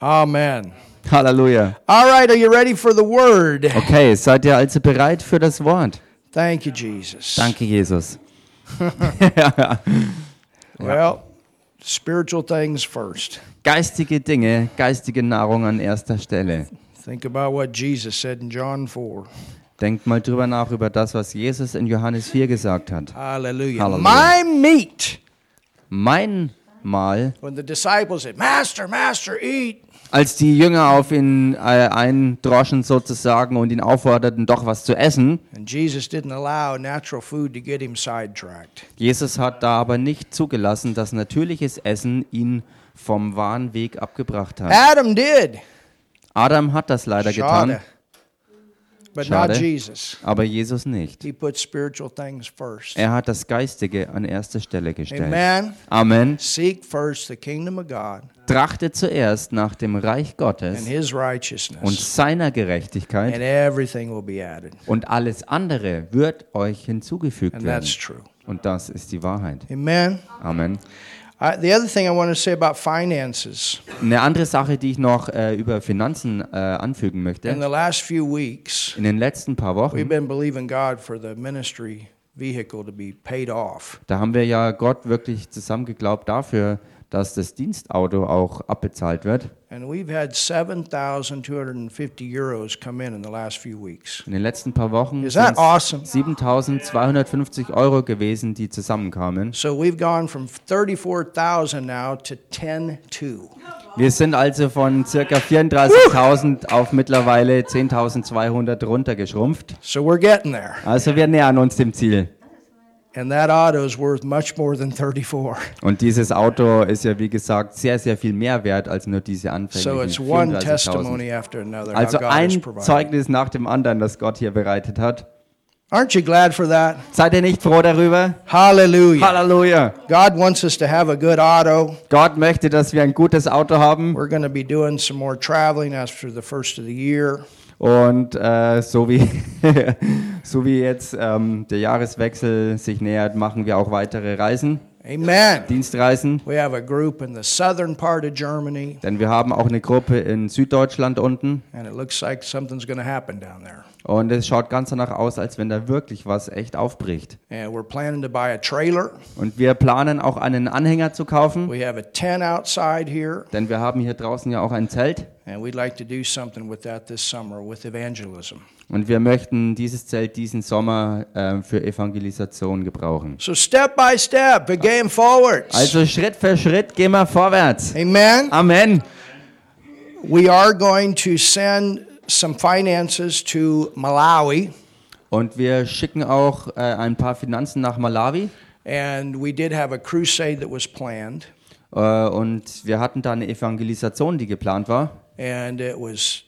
Amen. Halleluja. All right, are you ready for the word? Okay, seid ihr also bereit für das Wort? Thank you, Jesus. Danke, Jesus. Well, spiritual things first. Geistige Dinge, geistige Nahrung an erster Stelle. Think about what Jesus said in John 4. Denkt mal drüber nach, über das, was Jesus in Johannes 4 gesagt hat. Hallelujah. Hallelujah. My meat. Mein Mal, When the disciples said, Master, Master, eat. als die Jünger auf ihn äh, eindroschen sozusagen und ihn aufforderten, doch was zu essen, And Jesus didn't allow natural food to get him sidetracked. Jesus hat da aber nicht zugelassen, dass natürliches Essen ihn vom wahren Weg abgebracht hat. Adam did. Adam hat das leider getan, Schade. But not Schade. Jesus. aber Jesus nicht. He put spiritual things first. Er hat das Geistige an erste Stelle gestellt. Amen. Amen. Seek first the kingdom of God Trachte zuerst nach dem Reich and Gottes his und righteousness, seiner Gerechtigkeit and everything will be added. und alles andere wird euch hinzugefügt And that's werden. true. Und das ist die Wahrheit. Amen. Amen. I, the other thing I want to say about finances Eine andere Sache, die ich noch äh, über Finanzen äh, anfügen in möchte. the last few weeks, In den letzten paar we've Wochen, been believing God for the ministry vehicle to be paid off. da haben wir ja Gott wirklich zusammengeglaubt dafür, dass das Dienstauto auch abbezahlt wird. And we've had 7,250 euros come in in the last few weeks. In den letzten paar Wochen Is sind that awesome? 7.250 Euro gewesen, die zusammenkamen. So we've gone from 34,000 now to 10,2. Wir sind also von circa 34.000 auf mittlerweile 10.200 runtergeschrumpft. So we're getting there. Also wir nähern uns dem Ziel. And that auto is worth much more than 34. Und dieses Auto ist ja wie gesagt sehr, sehr viel mehr wert als nur diese So it's anfänglichen one 34.000. testimony after another how Also God has ein provided. Zeugnis nach dem anderen, das Gott hier bereitet hat. Aren't you glad for that? Seid ihr nicht froh darüber? Hallelujah. Halleluja! God wants us to have a good auto. Gott möchte, dass wir ein gutes Auto haben. We're going to be doing some more traveling after the first of the year. Und äh, so, wie, so wie jetzt ähm, der Jahreswechsel sich nähert, machen wir auch weitere Reisen, Amen. Dienstreisen. We have a group in the southern part of Germany, Denn wir haben auch eine Gruppe in Süddeutschland unten. and it looks like something's going to happen down there. Und es schaut ganz danach aus, als wenn da wirklich was echt aufbricht. And we're planning to buy a trailer. Und wir planen auch einen Anhänger zu kaufen. We have a tent outside here, Denn wir haben hier draußen ja auch ein Zelt. and we'd like to do something with that this summer with evangelism. Und wir möchten dieses Zelt diesen Sommer äh, für Evangelisation gebrauchen. So step by step, we're going forwards. Also Schritt für Schritt gehen wir vorwärts. Amen. Amen. We are going to send some finances to Malawi, Und wir schicken auch äh, ein paar Finanzen nach Malawi. and we did have a crusade that was planned, Äh, und wir hatten da eine Evangelisation, die geplant war. and it was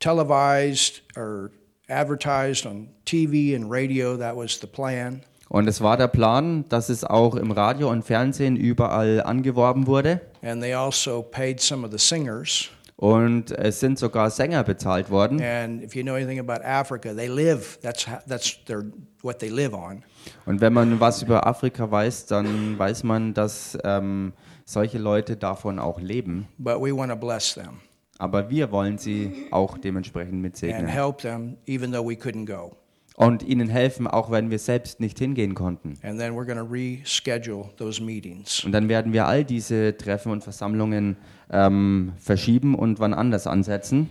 televised or advertised on TV and radio. That was the plan. Und es war der Plan, dass es auch im Radio und Fernsehen überall angeworben wurde. And they also paid some of the singers. Und es sind sogar Sänger bezahlt worden. And if you know anything about Africa, they live. That's how, that's their what they live on. Und wenn man was über Afrika weiß, dann weiß man, dass ähm, solche Leute davon auch leben. But we want to bless them Aber wir wollen sie auch dementsprechend and mitsegnen. help them, even though we couldn't go. Und ihnen helfen, auch wenn wir selbst nicht hingehen konnten. And then we're going to reschedule those meetings. Und dann werden wir all diese Treffen und Versammlungen ähm, verschieben und wann anders ansetzen.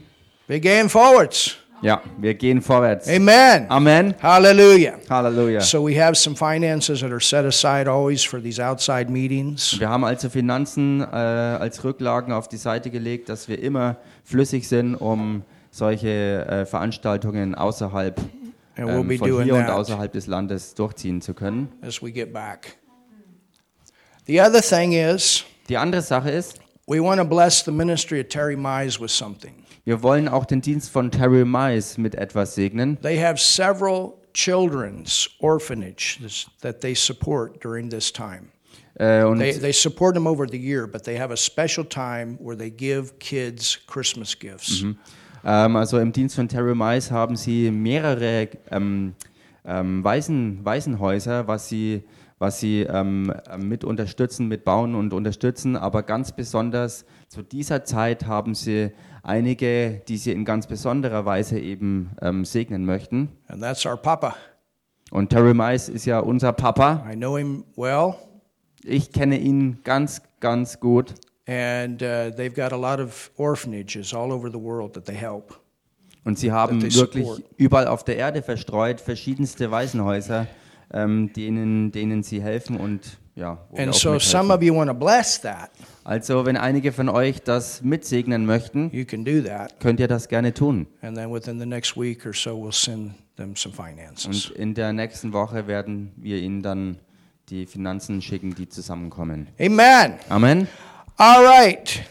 Big game forwards. Ja, wir gehen vorwärts. Amen. Amen. Hallelujah. Halleluja. So we have some finances that are set aside always for these outside meetings. Wir haben also Finanzen äh, als Rücklagen auf die Seite gelegt, dass wir immer flüssig sind, um solche äh, Veranstaltungen außerhalb And we'll ähm, be von doing hier und that außerhalb des Landes durchziehen zu können. as we get back. The other thing is, Die andere Sache ist, we want to bless the ministry of Terry Mize with something. wir wollen auch den Dienst von Terry Mice mit etwas segnen. They have several children's orphanages that they support during this time. Äh, und They, they support them over the year, but they have a special time where they give kids Christmas gifts. Ähm, also im Dienst von Terry Mice haben sie mehrere ähm, ähm, Waisen, Waisenhäuser, was sie, was sie ähm, mit unterstützen, mit bauen und unterstützen. Aber ganz besonders zu dieser Zeit haben sie einige, die sie in ganz besonderer Weise eben ähm, segnen möchten. And that's our Papa. Und Terry Mice ist ja unser Papa. I know him well, Ich kenne ihn ganz, ganz gut. and uh, they've got a lot of orphanages all over the world that they help. Und sie haben That they wirklich support. überall auf der Erde verstreut verschiedenste Waisenhäuser, ähm, denen, denen sie helfen und ja. wo wir And auch so, mithelfen. some of you want to bless that, also wenn einige von euch das mitsegnen möchten, you can do that. könnt ihr das gerne tun. And then within the next week or so, we'll send them some finances. Und in der nächsten Woche werden wir ihnen dann die Finanzen schicken, die zusammenkommen. Amen. Amen. All right.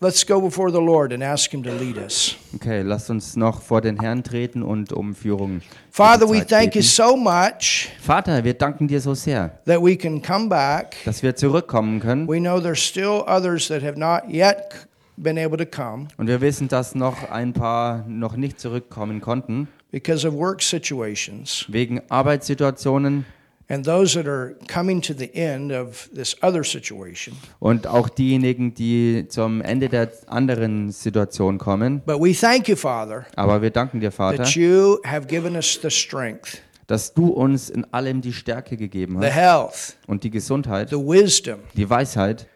Let's go before the Lord and ask Him to lead us. Okay, lasst uns noch vor den Herrn treten und um Führung. Father, diese we Zeit thank you beten. so much Vater, wir danken dir so sehr, that we can come back. dass wir zurückkommen können. We know there's still others that have not yet c- been able to come Und wir wissen, dass noch ein paar noch nicht zurückkommen konnten, because of work situations. wegen Arbeitssituationen. And those that are coming to the end of this other situation. Und auch diejenigen, die zum Ende der anderen Situation kommen. But we thank you, Father, Aber wir danken dir, Vater, that you have given us the strength, dass du uns in allem die Stärke gegeben the hast health, und die Gesundheit, the wisdom die Weisheit,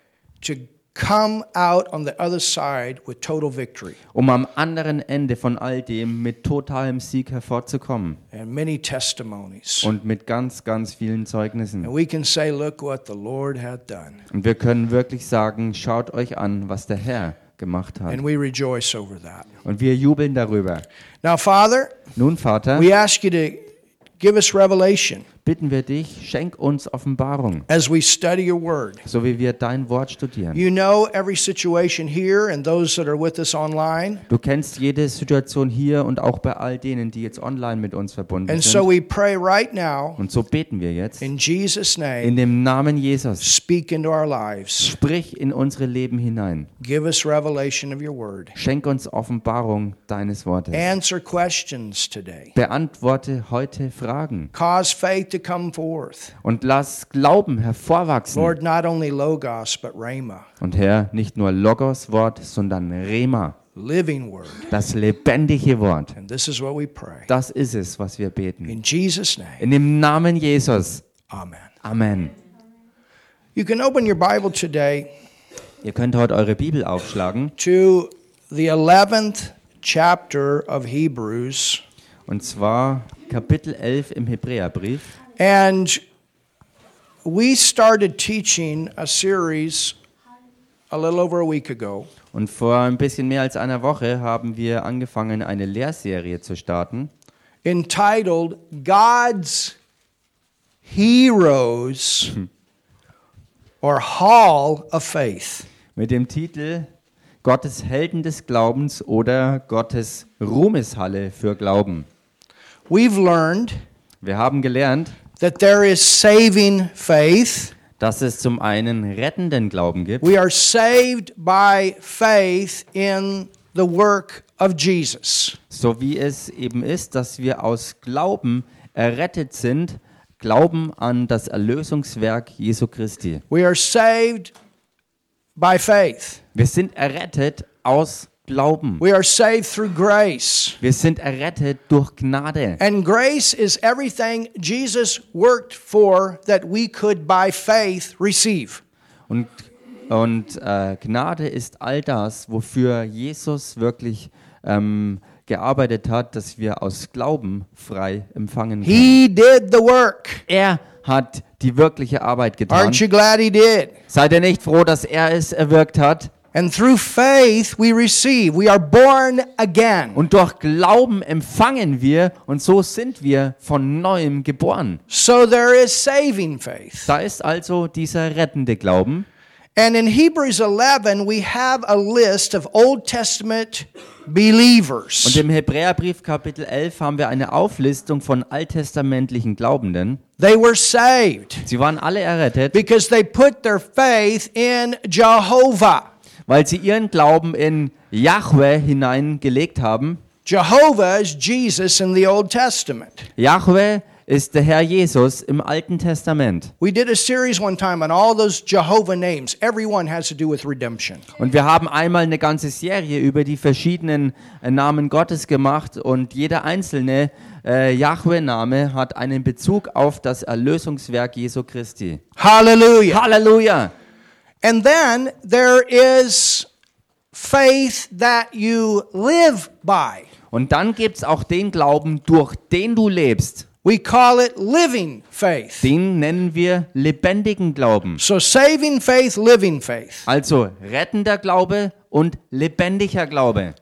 to come out on the other side with total victory um am anderen Ende von all dem mit totalem Sieg hervorzukommen and many testimonies. und mit ganz, ganz vielen Zeugnissen. And we can say, look what the Lord hath done. Und wir können wirklich sagen, schaut euch an, was der Herr gemacht hat. And we rejoice over that. Und wir jubeln darüber. Now, Father, Nun, Vater, we ask you to give us revelation bitten wir dich, schenk uns Offenbarung, as we study your word. so wie wir dein Wort studieren. You know every situation here and those that are with us online. Du kennst jede Situation hier und auch bei all denen, die jetzt online mit uns verbunden And so sind. we pray right now Und so beten wir jetzt. in Jesus' In name dem Namen Jesus, speak into our lives. sprich in unsere Leben hinein. Give us revelation of your word. Schenk uns Offenbarung deines Wortes. Answer questions today. Beantworte heute Fragen Cause faith to come forth. und lass Glauben hervorwachsen. Lord, not only Logos, but Rhema, Und Herr, nicht nur Logos Wort, sondern Rema, living word. das lebendige Wort. And this is what we pray. Das ist es, was wir beten. In Jesus' name, In dem Namen Jesus. amen. Amen. You can open your Bible today Ihr könnt heute eure Bibel aufschlagen to the 11th chapter of Hebrews. und zwar Kapitel 11 im Hebräerbrief. And we started teaching a series a little over a week ago Und vor ein bisschen mehr als einer Woche haben wir angefangen, eine Lehrserie zu starten, entitled God's Heroes or Hall of Faith. mit dem Titel Gottes Helden des Glaubens oder Gottes Ruhmeshalle für Glauben. We've learned Wir haben gelernt, that there is saving faith. dass es zum einen rettenden Glauben gibt. We are saved by faith in the work of Jesus. So wie es eben ist, dass wir aus Glauben errettet sind, Glauben an das Erlösungswerk Jesu Christi. We are saved by faith. Wir sind errettet aus Glauben. We are saved through grace. Wir sind errettet durch Gnade. And grace is everything Jesus worked for that we could by faith receive. Und, und äh, Gnade ist all das, wofür Jesus wirklich ähm, gearbeitet hat, dass wir aus Glauben frei empfangen können. He did the work. Er hat die wirkliche Arbeit getan. Aren't you glad he did? Seid ihr nicht froh, dass er es erwirkt hat? And through faith we receive. We are born again. Und durch Glauben empfangen wir und so sind wir von neuem geboren. So there is saving faith. Da ist also dieser rettende Glauben. And in Hebrews 11 we have a list of Old Testament Und believers im Hebräerbrief Kapitel 11 haben wir eine Auflistung von alttestamentlichen Glaubenden. they were saved Sie waren alle errettet, because they put their faith in Jehovah. weil sie ihren Glauben in Yahweh hineingelegt haben. Jehovah is Jesus in the Old Testament. Yahweh ist der Herr Jesus im Alten Testament. We did a series one time on all those Jehovah names. Everyone has to do with redemption. Und wir haben einmal eine ganze Serie über die verschiedenen äh, Namen Gottes gemacht und jeder einzelne äh, Yahweh-Name hat einen Bezug auf das Erlösungswerk Jesu Christi. Hallelujah. Halleluja! And then there is faith that you live by. Und dann gibt es auch den Glauben, durch den du lebst. We call it living faith. Den nennen wir lebendigen Glauben. So saving faith, living faith. Also rettender Glaube und lebendiger Glaube.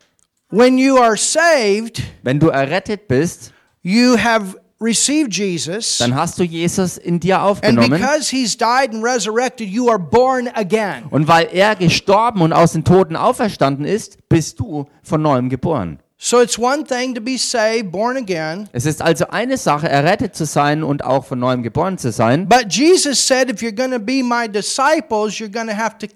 When you are saved, Wenn du errettet bist, you have received Jesus. dann hast du Jesus in dir And aufgenommen. because he's died and resurrected, you are born again. Und weil er gestorben und aus den Toten auferstanden ist, bist du von neuem geboren. So it's one thing to be saved, born again. Es ist also eine Sache, errettet zu sein und auch von neuem geboren zu sein. But Jesus said, if you're going to be my disciples, you're going to have to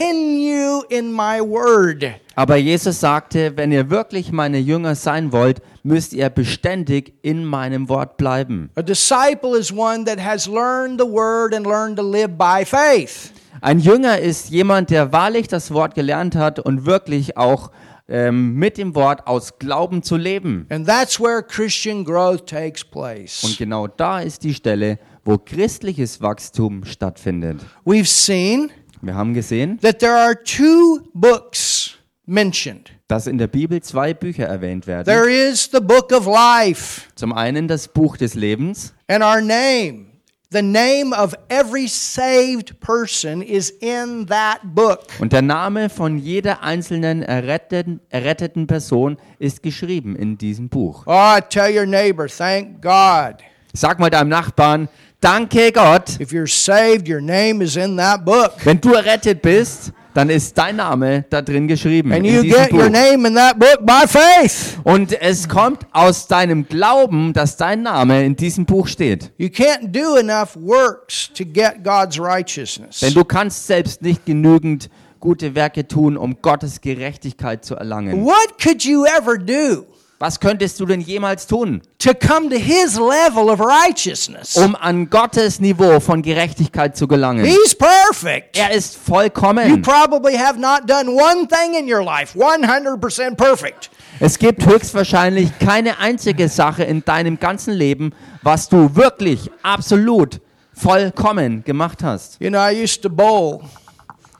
continue in my word. Aber Jesus sagte, wenn ihr wirklich meine Jünger sein wollt, müsst ihr beständig in meinem Wort bleiben. A disciple is one that has learned the word and learned to live by faith. Ein Jünger ist jemand, der wahrlich das Wort gelernt hat und wirklich auch ähm, mit dem Wort aus Glauben zu leben. And that's where Christian growth takes Und place. genau da ist die Stelle, wo christliches Wachstum stattfindet. We've seen Wir haben gesehen, that there are two books mentioned dass in der Bibel zwei Bücher erwähnt werden. there is the book of life Zum einen das Buch des Lebens and our name. The name of every saved person is in that book. und der Name von jeder einzelnen erretteten, erretteten Person ist geschrieben in diesem Buch. Oh, tell your neighbor, thank God. Sag mal deinem Nachbarn, danke Gott, If you're saved, your name is in that book. wenn du errettet bist, dann ist dein Name da drin geschrieben. And in you diesem get your Buch. name in that book by faith. Und es kommt aus deinem Glauben, dass dein Name in diesem Buch steht. You can't do enough works to get God's righteousness. Denn du kannst selbst nicht genügend gute Werke tun, um Gottes Gerechtigkeit zu erlangen. What could you ever do Was könntest du denn jemals tun, to come to his level of righteousness? um an Gottes Niveau von Gerechtigkeit zu gelangen? He's perfect. Er ist You vollkommen. probably have not done one thing in your life 100% perfect. Es gibt höchstwahrscheinlich keine einzige Sache in deinem ganzen Leben, was du wirklich absolut vollkommen gemacht hast. You know, I used to bowl,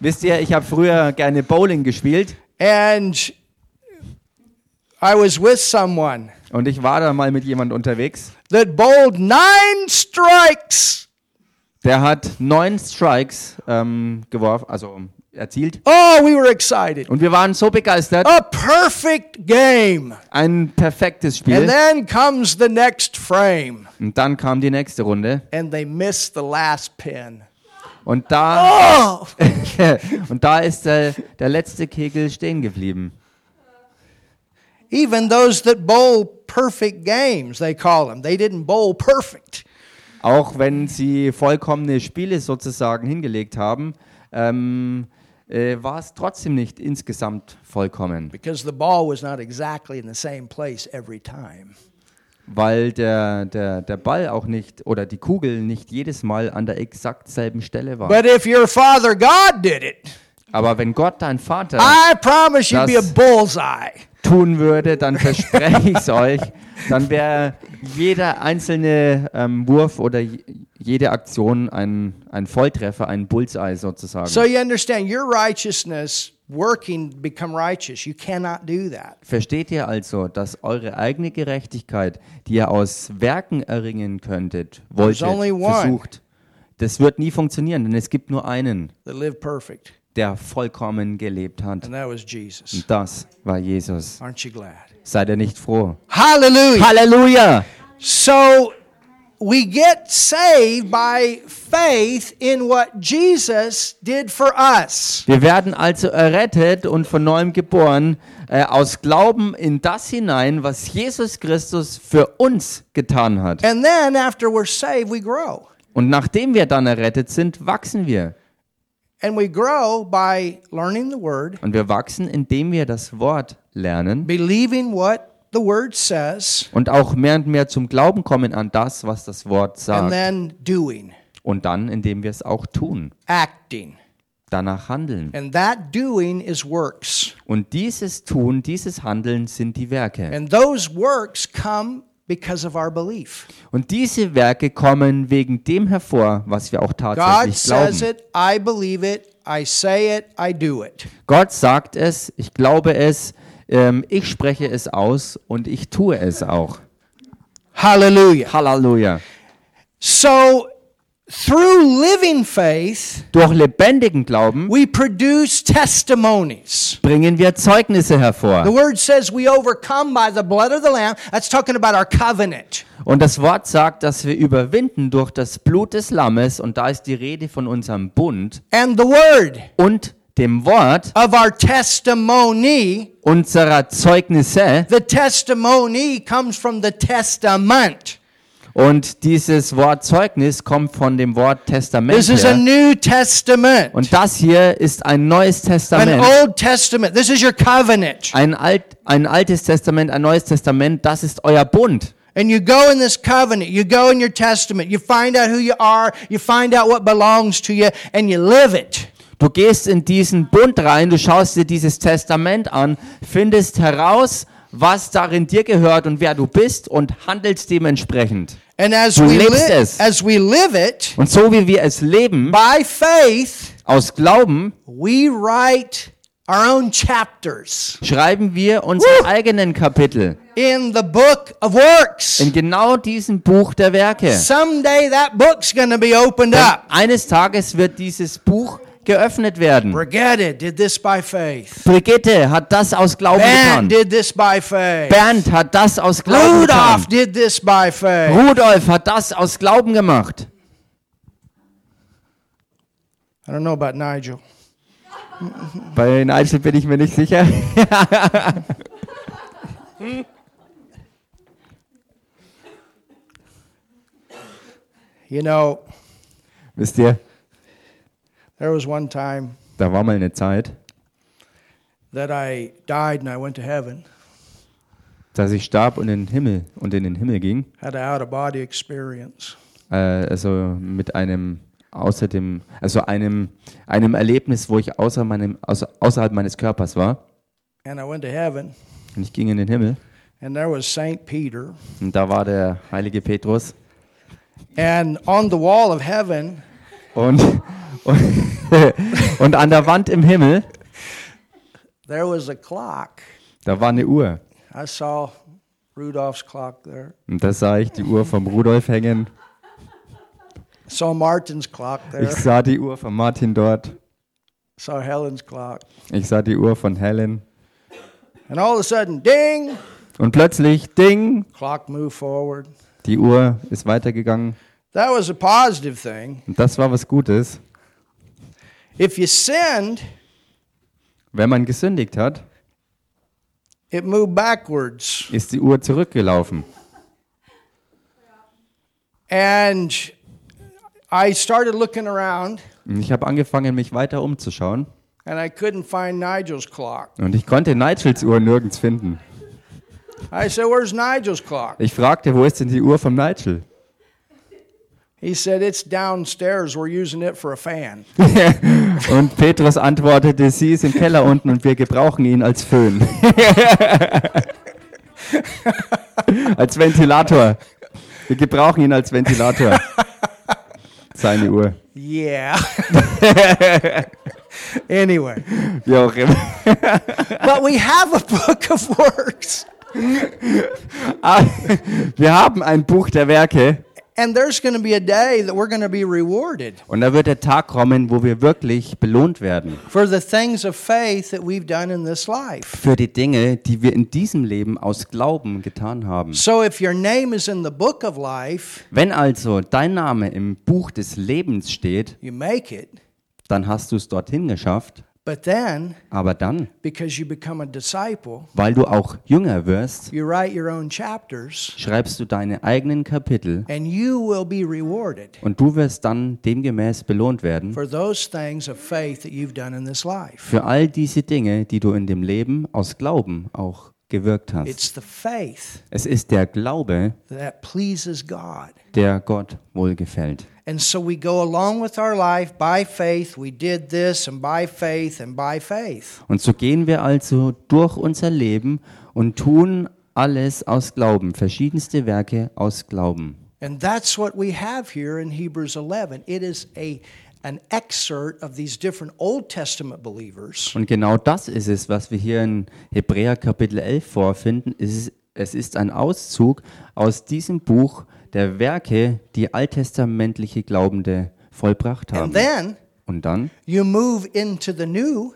Wisst ihr, ich habe früher gerne Bowling gespielt and I was with someone und ich war da mal mit jemand unterwegs, that bowled nine strikes. der hat neun Strikes ähm, geworfen, also erzielt. Oh, we were excited. Und wir waren so begeistert. A perfect game. Ein And perfektes Spiel. then comes the next frame, Und dann kam die nächste Runde. and they miss the last pin. Und da Oh! und da ist äh, der letzte Kegel stehen geblieben. Even those that bowl perfect games, they call them, they didn't bowl perfect. Auch wenn sie vollkommene Spiele sozusagen hingelegt haben, ähm, äh, war es trotzdem nicht insgesamt vollkommen, because the ball was not exactly in the same place every time. weil der, der, der Ball auch nicht oder die Kugel nicht jedes Mal an der exakt selben Stelle war. But if your father God did it, Aber wenn Gott dein Vater I promise you'd be a Das- bullseye. tun würde, dann verspreche ich es euch, dann wäre jeder einzelne ähm, Wurf oder j- jede Aktion ein, ein Volltreffer, ein Bullseye sozusagen. So you understand your righteousness working to become righteous. You cannot do that. Versteht ihr also, dass eure eigene Gerechtigkeit, die ihr aus Werken erringen könntet, wolltet, only one. versucht, das wird nie funktionieren, denn es gibt nur einen, That live perfect, der vollkommen gelebt hat. and that was Jesus. Und das war Jesus. Aren't you glad? Seid ihr nicht froh? Hallelujah. Halleluja! So we get saved by faith in what Jesus did for us. Wir werden also errettet und von neuem geboren äh, aus Glauben in das hinein, was Jesus Christus für uns getan hat. And then after we're saved, we grow. Und nachdem wir dann errettet sind, wachsen wir. And we grow by learning the word Und wir wachsen, indem wir das Wort lernen, believing what the Word says und auch mehr und mehr zum Glauben kommen an das, was das Wort and sagt. then doing, Und dann, indem wir es auch tun, acting. danach handeln. And that doing is works. Und dieses Tun, dieses Handeln sind die Werke. And those works come because of our belief. Und diese Werke kommen wegen dem hervor, was wir auch God tatsächlich says glauben. it, I believe it, I say it, I do it. Gott sagt es, ich glaube es, ähm, ich spreche es aus und ich tue es auch. Hallelujah. Halleluja. So, through living faith, Durch lebendigen Glauben we produce testimonies. bringen wir Zeugnisse The hervor. word says we overcome by the blood of the Lamb. That's talking about our covenant. Und das Wort sagt, dass wir überwinden durch das Blut des Lammes und da ist die Rede von unserem Bund And the word und dem Wort of our testimony, unserer Zeugnisse the testimony comes from the testament. und dieses Wort Zeugnis kommt von dem Wort Testament This is a her. New Testament, und das hier ist ein neues an Testament, Old Testament. This is your covenant. ein, Alt, ein altes Testament, ein neues Testament, das ist euer Bund. And you go in this covenant, you go in your testament, you find out who you are, you find out what belongs to you, and you live it. Du gehst in diesen Bund rein, du schaust dir dieses Testament an, findest heraus, was darin dir gehört und wer du bist und handelst dementsprechend. And as Du we, lebst li- es. as we live it, Und so wie wir es leben, by faith, aus Glauben, we write our own chapters schreiben wir unsere eigenen Kapitel in the book of works. in genau diesem Buch der Werke. Someday that book's going to be opened Und up. eines Tages wird dieses Buch geöffnet werden. Brigetta did this by faith. Brigitte hat das aus Glauben Ben getan. did this by faith. Bernd hat das aus Glauben getan. Rudolph did this by faith. Rudolf hat das aus Glauben gemacht. I don't know about Nigel. Bei Nigel bin ich mir nicht sicher. You know, Wisst ihr, there was one time da war mal eine Zeit, that I died and I went to heaven. dass ich starb und in den Himmel und in den Himmel ging. Had an out of body experience. Äh, also mit einem außerdem, also einem, einem Erlebnis, wo ich außer meinem, außer, außerhalb meines Körpers war. And I went to heaven, Und ich ging in den Himmel. and there was St. Peter. Und da war der heilige Petrus. And on the wall of heaven, Und, und, und an der Wand im Himmel, there was a clock. da war eine Uhr. I saw Rudolph's clock there. Und da sah ich die Uhr vom Rudolf hängen. Saw Martin's clock Ich there. sah die Uhr von Martin dort. Saw Helen's clock. Ich sah die Uhr von Helen. And all of a sudden, ding, Und plötzlich, ding, clock moved forward. Die Uhr ist weitergegangen. That was a positive thing. Und das war was Gutes. If you sinned, Wenn man gesündigt hat, it moved backwards. ist die Uhr zurückgelaufen. And I started looking around Und ich habe angefangen, mich weiter umzuschauen. and I couldn't find Nigel's clock. Und ich konnte Nigels Uhr nirgends finden. I said, Where's Nigel's clock? Ich fragte, wo ist denn die Uhr vom Nigel? He said, It's downstairs. We're using it for a fan. Und Petrus antwortete, sie ist im Keller unten und wir gebrauchen ihn als Föhn. als Ventilator. Wir gebrauchen ihn als Ventilator. Seine Uhr. Yeah. anyway, Wie auch immer. but we have a book of works, Ah, Wir haben ein Buch der Werke. and there's going to be a day that we're going to be rewarded Und da wird der Tag kommen, wo wir wirklich belohnt werden for the things of faith that we've done in this life. für die Dinge, die wir in diesem Leben aus Glauben getan haben. So if your name is in the book of life, Wenn also dein Name im Buch des Lebens steht, you make it. dann hast du es dorthin geschafft. But then, Aber dann, because you become a disciple, weil du auch jünger wirst, you write your own chapters schreibst du deine eigenen Kapitel and you will be rewarded und du wirst dann demgemäß belohnt werden for those things of faith that you've done in this life. für all diese Dinge, die du in dem Leben aus Glauben auch gewirkt hast. It's the faith Es ist der Glaube, that pleases God. der Gott wohlgefällt. And so we go along with our life by faith. We did this and by faith and by faith. Und so gehen wir also durch unser Leben und tun alles aus Glauben, verschiedenste Werke aus Glauben. And that's what we have here in Hebrews 11. It is a an excerpt of these different Old Testament believers Und genau das ist es, was wir hier in Hebräer Kapitel 11 vorfinden. Es ist, es ist ein Auszug aus diesem Buch der Werke, die alttestamentliche Glaubende vollbracht and haben. then Und dann you move into the new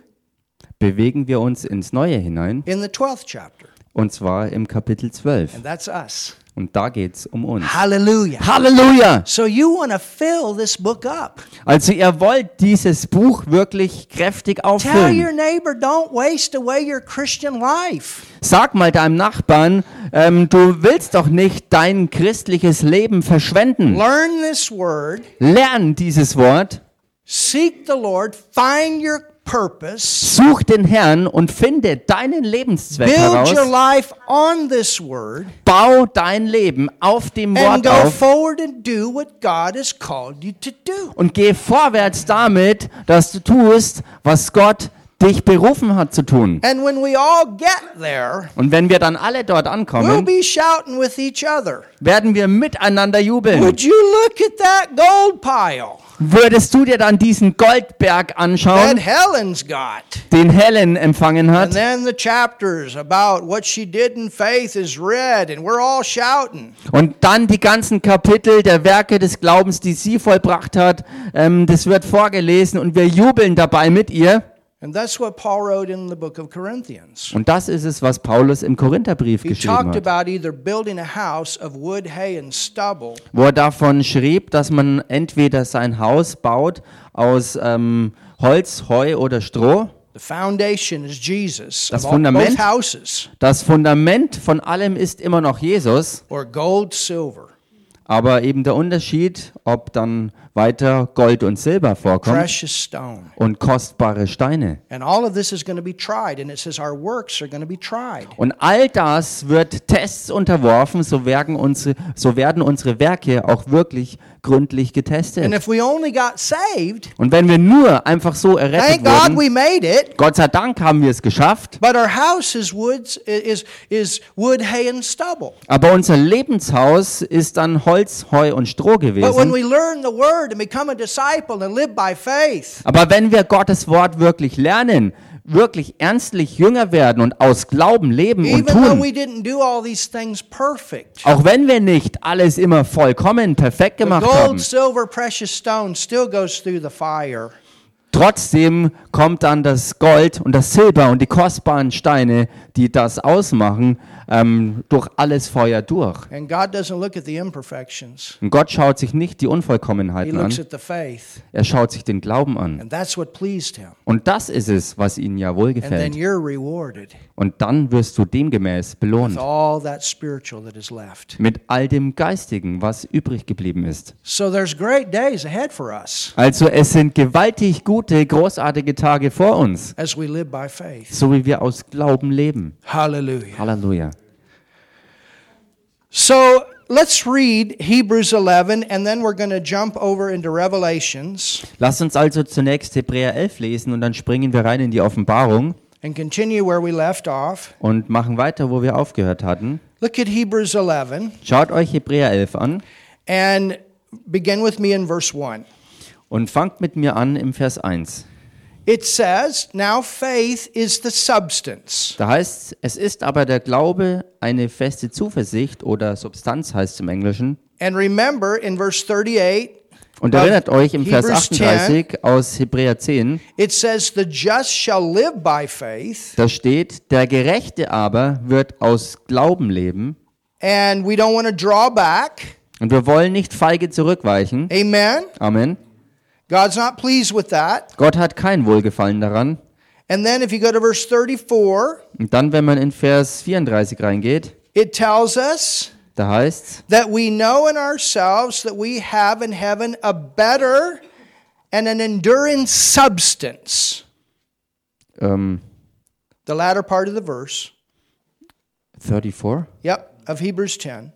bewegen wir uns ins Neue hinein, in the 12th chapter. und zwar im Kapitel 12. And that's us. Und da geht es um uns. Hallelujah. Halleluja! So you want to fill this book up. Also ihr wollt dieses Buch wirklich kräftig Tell your auffüllen. neighbor, don't waste away your Christian life. Sag mal deinem Nachbarn, ähm, du willst doch nicht dein christliches Leben verschwenden. Learn this word, Lern dieses Wort, seek the Lord, find your purpose, such den Herrn und finde deinen Lebenszweck build your heraus. life on this word, Bau dein Leben auf dem and Wort go auf forward and do what God has called you to do. und geh vorwärts damit, dass du tust, was Gott dich berufen hat zu tun. And when we all get there, Und wenn wir dann alle dort we'll ankommen, be shouting with each other. werden wir miteinander jubeln. Would you look at that gold pile Würdest du dir dann diesen Goldberg that anschauen, Helen's got? den Helen empfangen And hat? then the chapters about what she did in faith is read, and we're all shouting. Und dann die ganzen Kapitel der Werke des Glaubens, die sie vollbracht hat, ähm, das wird vorgelesen und wir jubeln dabei mit ihr. And that's what Paul wrote in the book of Corinthians. Und das ist es, was Paulus im Korintherbrief He geschrieben talked hat, about either building a house of wood, hay, and stubble, wo er davon schrieb, dass man entweder sein Haus baut aus ähm, Holz, Heu oder Stroh. the foundation is Jesus, Das of all, both Fundament? houses, Das Fundament von allem ist immer noch Jesus. or gold, silver, Aber eben der Unterschied, ob dann weiter Gold und Silber vorkommt precious stone. und kostbare Steine. And all of this is going to be tried, and it says our works are going to be tried. Und all das wird Tests unterworfen, so werden unsere, so werden unsere Werke auch wirklich gründlich And getestet. if we only got saved, Und wenn wir nur einfach so thank errettet God wurden, we made it. Gott sei Dank haben wir es geschafft, But our house is woods is is wood, hay, and stubble. aber unser Lebenshaus ist dann Holz, Heu und Stroh But when gewesen. we learn the word and become a disciple and live by faith, Aber wenn wir Gottes Wort wirklich lernen, wirklich ernstlich jünger werden und aus Glauben leben und even though tun, we didn't do all these things perfect, Auch wenn wir nicht alles immer vollkommen perfekt the gemacht gold, haben, silver, precious stone still goes through the fire. trotzdem kommt dann das Gold und das Silber und die kostbaren Steine, die das ausmachen, ähm, durch alles Feuer durch. And God doesn't look at the imperfections. Und Gott schaut sich nicht die He Unvollkommenheiten looks an, at the faith. er schaut sich den Glauben an. And that's what pleased him. Und das ist es, was ihnen ja And then wohlgefällt. you're rewarded Und dann wirst du demgemäß belohnt with all that spiritual that is left. mit all dem Geistigen, was übrig geblieben ist. So there's great days ahead for us Also es sind gewaltig gute, großartige Tage vor uns, as we live by faith. so wie wir aus Glauben leben. Hallelujah. Halleluja. So let's read Hebrews 11, and then we're going to jump over into Revelations Lasst uns also zunächst Hebräer 11 lesen und dann springen wir rein in die Offenbarung and continue where we left off. und machen weiter, wo wir aufgehört hatten. Look at Hebrews 11 Schaut euch Hebräer 11 an and begin with me in verse 1. und fangt mit mir an im Vers 1. It says, Now faith is the substance. Da heißt es, es ist aber der Glaube eine feste Zuversicht oder Substanz heißt es im Englischen. And remember in verse 38, Und erinnert euch im Vers Hebrews 10. 38 aus Hebräer 10, it says, The just shall live by faith. da steht, der Gerechte aber wird aus Glauben leben And we don't want to draw back. und wir wollen nicht feige zurückweichen. Amen. Amen. God's not pleased with that. Gott hat kein Wohlgefallen daran. And then if you go to verse 34, Und dann, wenn man in Vers 34 reingeht, it tells us da heißt's, that we know in ourselves that we have in heaven a better and an enduring substance. ähm, The latter part of the verse. 34? Yep, of Hebrews 10.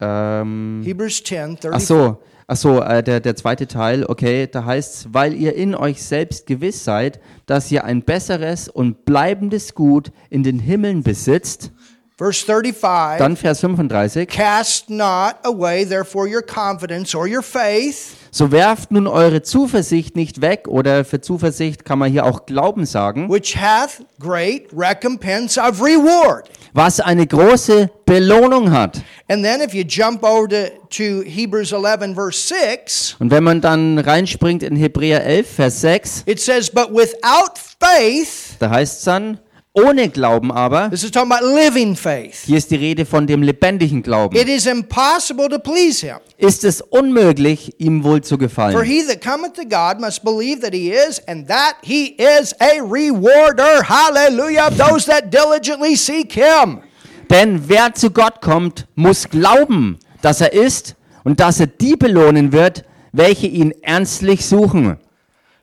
Ähm, Hebrews 10, ach 30. so, ach so äh, der, der zweite Teil, okay, da heißt es, weil ihr in euch selbst gewiss seid, dass ihr ein besseres und bleibendes Gut in den Himmeln besitzt. Verse 35. Dann Vers 35. Cast not away, therefore, your confidence or your faith, So werft nun eure Zuversicht nicht weg, oder für Zuversicht kann man hier auch Glauben sagen, which hath great recompense of reward. was eine große Belohnung hat. And then, if you jump over to, to Hebrews 11, verse 6, Und wenn man dann reinspringt in Hebräer 11, Vers 6, it says, But without faith, da heißt es dann, ohne Glauben aber, this is talking about living faith, hier ist die Rede von dem lebendigen Glauben, it is impossible to please him. ist es unmöglich, ihm wohl zu For gefallen. he that cometh to God must believe that he is, and that he is a rewarder, hallelujah, of those that diligently seek him. Denn wer zu Gott kommt, muss glauben, dass er ist und dass er die belohnen wird, welche ihn ernstlich suchen.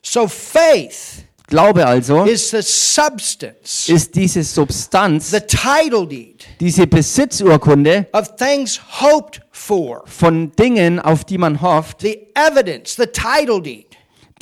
So faith Glaube also is the substance, ist diese Substanz, the title deed diese Besitzurkunde of things hoped for, von Dingen, auf die man hofft, the evidence, the title deed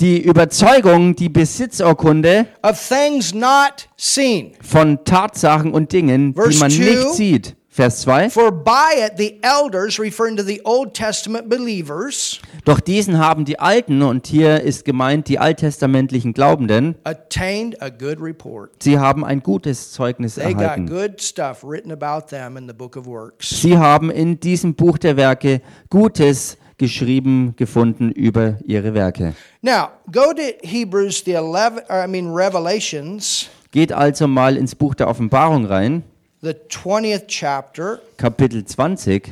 die Überzeugung, die Besitzurkunde of things not seen. von Tatsachen und Dingen, die Verse man two. nicht sieht. Vers 2. For by it the elders, referring to the Old Testament believers, Doch diesen haben die Alten, und hier ist gemeint die alttestamentlichen Glaubenden, attained a good report. sie haben ein gutes Zeugnis They got erhalten. good stuff written about them in the book of works. Sie haben in diesem Buch der Werke Gutes geschrieben gefunden über ihre Werke. Now, go to Hebrews the 11 or I mean Revelations, Geht also mal ins Buch der Offenbarung rein, the 20th chapter, Kapitel 20.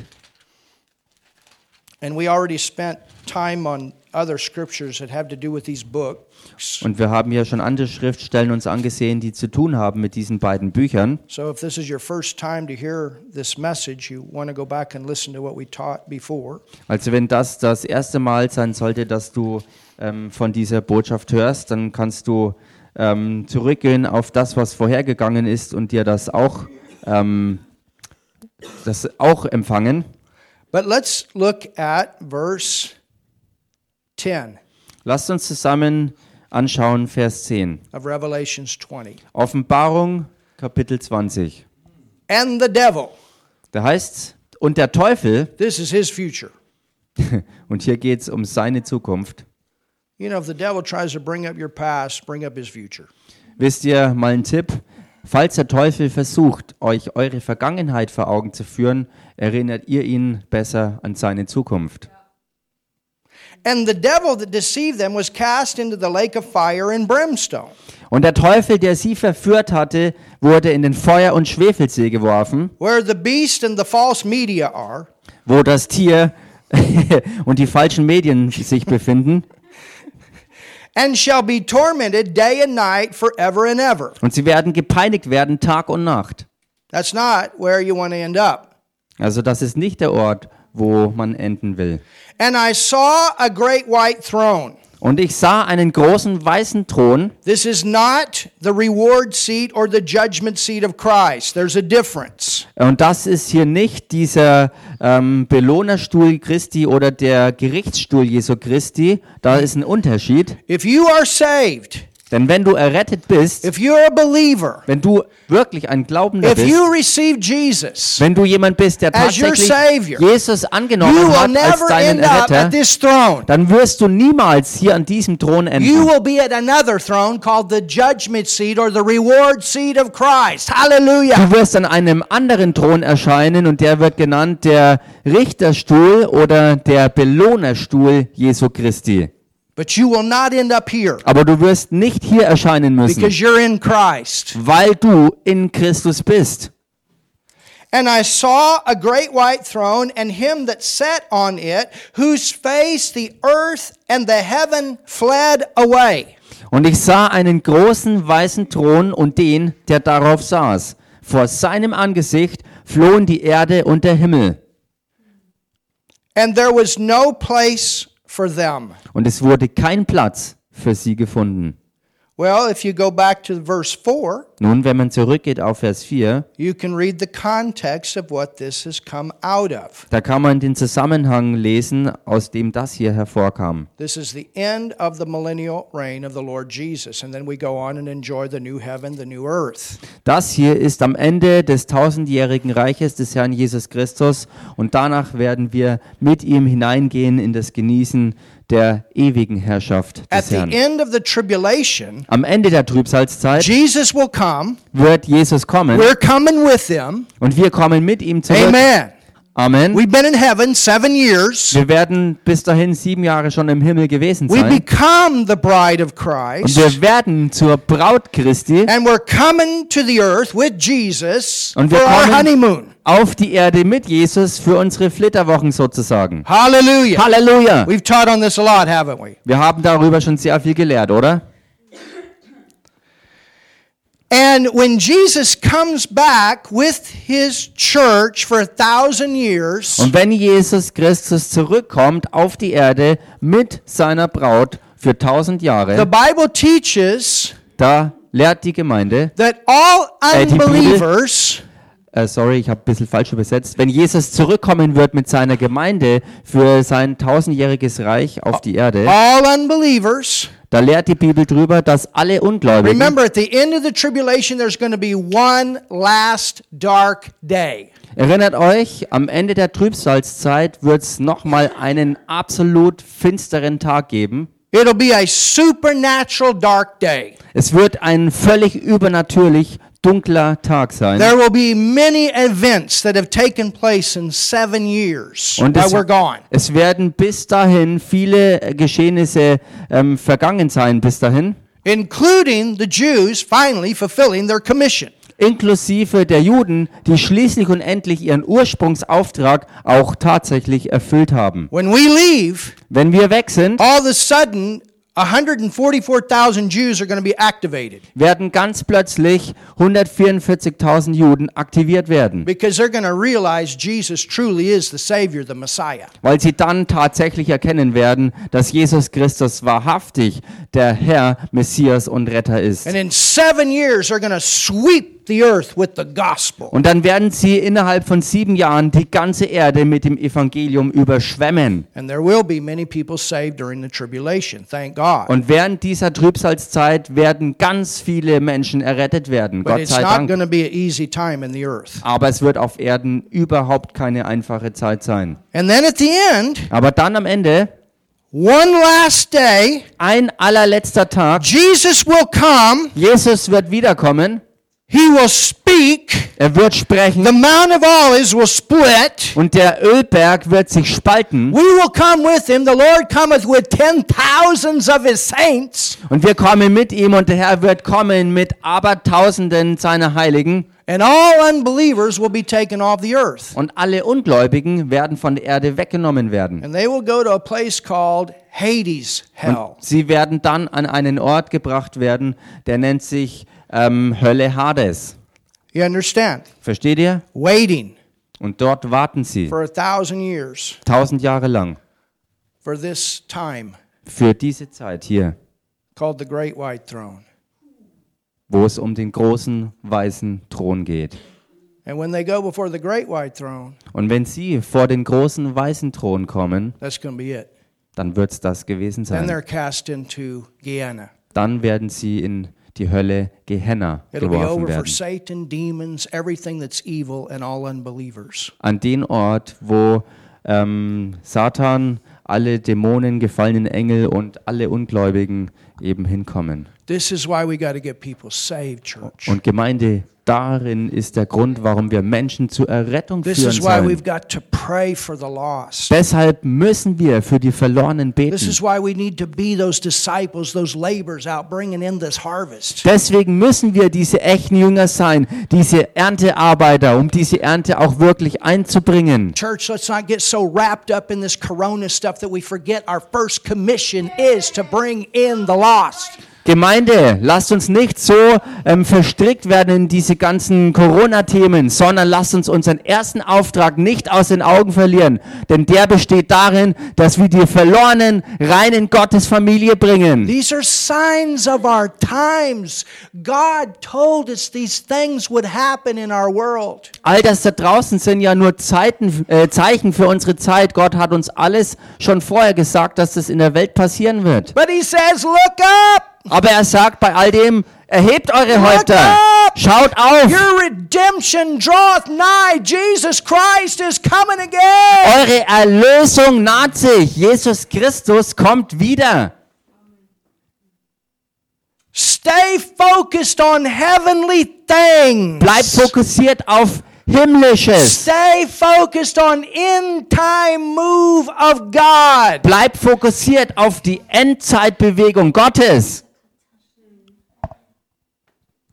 and we already spent time on other scriptures that have to do with these books. Und wir haben ja schon andere Schriftstellen uns angesehen, die zu tun haben mit diesen beiden Büchern. So if this is your first time to hear this message, you want to go back and listen to what we taught before. Also wenn das das erste Mal sein sollte, dass du ähm, von dieser Botschaft hörst, dann kannst du ähm, zurückgehen auf das, was vorhergegangen ist und dir das auch, ähm, das auch empfangen. But let's look at verse 10 Lasst uns zusammen anschauen, Vers 10. of Revelations 20. Offenbarung, Kapitel 20. And the devil, Da heißt's, und der Teufel, this is his future. und hier geht es um seine Zukunft. You know, if the devil tries to bring up your past, bring up his future. Wisst ihr mal einen Tipp? Falls der Teufel versucht, euch eure Vergangenheit vor Augen zu führen, erinnert ihr ihn besser an seine Zukunft. And the devil that deceived them was cast into the lake of fire and brimstone, Und der Teufel, der sie verführt hatte, wurde in den Feuer- und Schwefelsee geworfen, where the beast and the false media are, wo das Tier und die falschen Medien sich befinden. and shall be tormented day and night forever and ever. Und sie werden gepeinigt werden Tag und Nacht. That's not where you want to end up. Also das ist nicht der Ort, wo man enden will. And I saw a great white throne. Und ich sah einen großen weißen Thron, This is not the reward seat or the judgment seat of Christ. There's a difference. Und das ist hier nicht dieser ähm, Belohnerstuhl Christi oder der Gerichtsstuhl Jesu Christi. Da ist ein Unterschied. If you are saved, Denn wenn du errettet bist, if you're a believer, wenn du wirklich ein Glaubender if bist, you receive Jesus, wenn du jemand bist, der As your tatsächlich Savior, Jesus you angenommen will hat als never deinen end up at Erretter, this throne. dann wirst du niemals hier an diesem Thron You enden. will be at another throne called the judgment seat or the reward seat of Christ. Hallelujah. Du wirst an einem anderen Thron erscheinen und der wird genannt der Richterstuhl oder der Belohnerstuhl Jesu Christi. But you will not end up here Aber du wirst nicht hier erscheinen müssen. because you're in Christ. weil du in Christus bist. And I saw a great white throne and him that sat on it, whose face the earth and the heaven fled away. Und ich sah einen großen weißen Thron und den, der darauf saß. Vor seinem Angesicht flohen die Erde und der Himmel. And there was no place for them. Und es wurde kein Platz für sie gefunden. Well, if you go back to verse 4, Nun, wenn man zurückgeht auf Vers 4, you can read the context of what this has come out of. da kann man den Zusammenhang lesen, aus dem das hier hervorkam. This is the end of the millennial reign of the Lord Jesus. And then we go on and enjoy the new heaven, the new earth. Das hier ist am Ende des tausendjährigen Reiches des Herrn Jesus Christus und danach werden wir mit ihm hineingehen in das Genießen der ewigen Herrschaft At des the Herrn. end of the tribulation, Am Ende der Trübsalzeit Jesus will come. wird Jesus kommen We're coming with him. und wir kommen mit ihm zurück. Amen. Amen. We've been in heaven seven years. Wir werden bis dahin sieben Jahre schon im Himmel gewesen We sein. become the bride of Und Christ. wir werden zur Braut Christi And we're coming to the earth with Jesus Und for wir our kommen- honeymoon. auf die Erde mit Jesus für unsere Flitterwochen sozusagen. Hallelujah. Halleluja! We've taught on this a lot, haven't we? Wir haben darüber schon sehr viel gelehrt, oder? And when Jesus comes back with his church for a thousand years, Und wenn Jesus Christus zurückkommt auf die Erde mit seiner Braut für tausend the Jahre, Bible teaches da lehrt die Gemeinde, that all Äh, die Bibel- unbelievers äh, sorry, ich habe ein bisschen falsch übersetzt, wenn Jesus zurückkommen wird mit seiner Gemeinde für sein tausendjähriges Reich auf die Erde, all unbelievers da lehrt die Bibel drüber, dass alle Ungläubigen, remember at the end of the tribulation there's going to be one last dark day erinnert euch, am Ende der Trübsalzeit wird es nochmal einen absolut finsteren Tag geben. it'll be a supernatural dark day Es wird ein völlig übernatürlich dunkler Tag sein. there will be many events that have taken place in seven years Und while es, we're gone es werden bis dahin viele äh, Geschehnisse ähm, vergangen sein, bis dahin, including the jews finally fulfilling their commission inklusive der Juden, die schließlich und endlich ihren Ursprungsauftrag auch tatsächlich erfüllt haben. when we leave Wenn wir weg sind, all of a sudden 144000 jews are going to be activated werden ganz plötzlich 144.000 Juden aktiviert werden, because they're going to realize Jesus truly is the Savior, the Messiah. weil sie dann tatsächlich erkennen werden, dass Jesus Christus wahrhaftig der Herr, Messias und Retter ist. And in seven years, they're going to sweep the earth with the gospel. Und dann werden sie innerhalb von sieben Jahren die ganze Erde mit dem Evangelium überschwemmen. And there will be many people saved during the tribulation, thank God. Und während dieser Trübsalzeit werden ganz viele Menschen errettet werden, but Gott it's sei not going Dank. to be an easy time in the earth. Aber es wird auf Erden überhaupt keine einfache Zeit sein. And then at the end, Aber dann am Ende, one last day, ein allerletzter Tag, Jesus will come. Jesus wird wiederkommen, He will speak. er wird sprechen The Mount of Olives will split. und der Ölberg wird sich spalten We will come with him. The Lord cometh with ten thousands of his saints. und wir kommen mit ihm und der Herr wird kommen mit Abertausenden seiner Heiligen. And all unbelievers will be taken off the earth. Und alle Ungläubigen werden von der Erde weggenommen werden. And they will go to a place called Hades, hell. Sie werden dann an einen Ort gebracht werden, der nennt sich ähm, Hölle Hades. You understand? Versteht ihr? Waiting Und dort warten sie for a thousand years tausend Jahre lang for this time für diese Zeit hier, called the Great White Throne. wo es um den großen weißen Thron geht. And when they go before the Great White Throne, Und wenn sie vor den großen weißen Thron kommen, that's going to be it. dann wird es das gewesen Then sein. they're cast into Gehenna. Dann werden sie in die Hölle Gehenna It'll be geworfen over for werden. Satan, demons, everything that's evil, and all unbelievers. an den Ort, wo ähm, Satan, alle Dämonen, gefallenen Engel und alle Ungläubigen eben hinkommen. This is why we got to get people saved, church. Und Gemeinde, darin ist der Grund, warum wir Menschen zur Errettung This führen is why sollen. we've got to pray for the lost. Deshalb müssen wir für die Verlorenen This beten. is why we need to be those disciples, those laborers out bringing in this harvest. Deswegen müssen wir diese echten Jünger sein, diese Erntearbeiter, um diese Ernte auch wirklich einzubringen. Church, let's not get so wrapped up in this corona stuff that we forget our first commission is to bring in the lost. Gemeinde, lasst uns nicht so ähm, verstrickt werden in diese ganzen Corona-Themen, sondern lasst uns unseren ersten Auftrag nicht aus den Augen verlieren. Denn der besteht darin, dass wir die Verlorenen rein in Gottes Familie bringen. These are signs of our times. God told us these things would happen in our world. All das da draußen sind ja nur Zeiten, äh, Zeichen für unsere Zeit. Gott hat uns alles schon vorher gesagt, dass das in der Welt passieren wird. But He says, Look up! Aber er sagt bei all dem, erhebt eure Häupter, up! schaut auf, Your redemption draweth nigh. Jesus Christ is coming again. eure Erlösung naht sich, Jesus Christus kommt wieder. Stay focused on heavenly things. Bleibt fokussiert auf Himmlisches, Stay focused on end time move of God. bleibt fokussiert auf die Endzeitbewegung Gottes.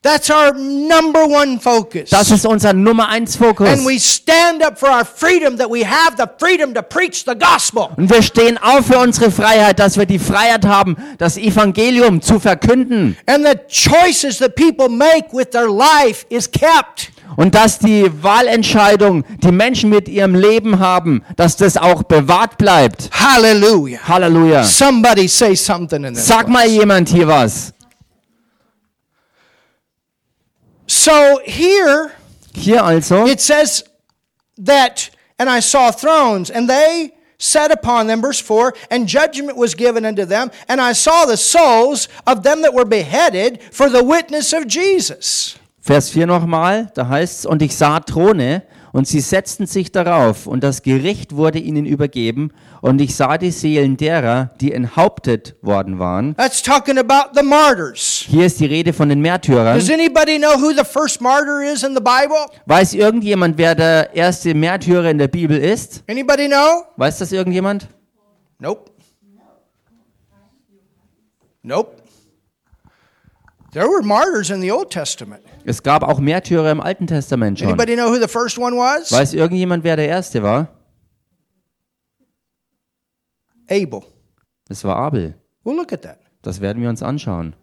That's our number one focus. Das ist unser Nummer eins Fokus. and we stand up for our freedom that we have the freedom to preach the gospel. Und wir stehen auf für unsere Freiheit, dass wir die Freiheit haben, das Evangelium zu verkünden. And the choices that people make with their life is kept. Und dass die Wahlentscheidung, die Menschen mit ihrem Leben haben, dass das auch bewahrt bleibt. Hallelujah. Halleluja. Somebody say something in this. Sag mal jemand hier was. So here Hier also. it says that, and I saw thrones, and they sat upon them, verse 4, and judgment was given unto them, and I saw the souls of them that were beheaded for the witness of Jesus. Vers 4 nochmal, da heißt es, und ich sah Throne, und sie setzten sich darauf, und das Gericht wurde ihnen übergeben, und ich sah die Seelen derer, die enthauptet worden waren. That's talking about the martyrs. Hier ist die Rede von den Märtyrern. Does anybody know who the first martyr is in the Bible? Weiß irgendjemand, wer der erste Märtyrer in der Bibel ist? Anybody know? Weiß das irgendjemand? Nope. Nope. There were martyrs in the Old Testament. Es gab auch Märtyrer im Alten Testament schon. Anybody know who the first one was? Weiß irgendjemand, wer der erste war? Abel. Das war Abel. Well, look at that. Das werden wir uns anschauen.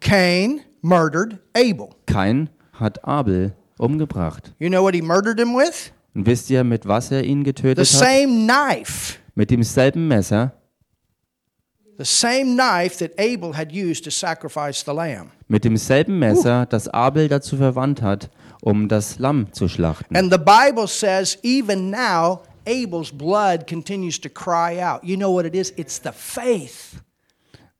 Cain murdered Abel. Kain hat Abel umgebracht. You know what he murdered him with? Und wisst ihr, mit was er ihn The getötet hat? same knife. Mit demselben Messer, The same knife that Abel had used to sacrifice the lamb. mit demselben Messer, das Abel dazu verwandt hat, um das Lamm zu schlachten. And the Bible says, even now, Abel's blood continues to cry out. You know what it is? It's the faith.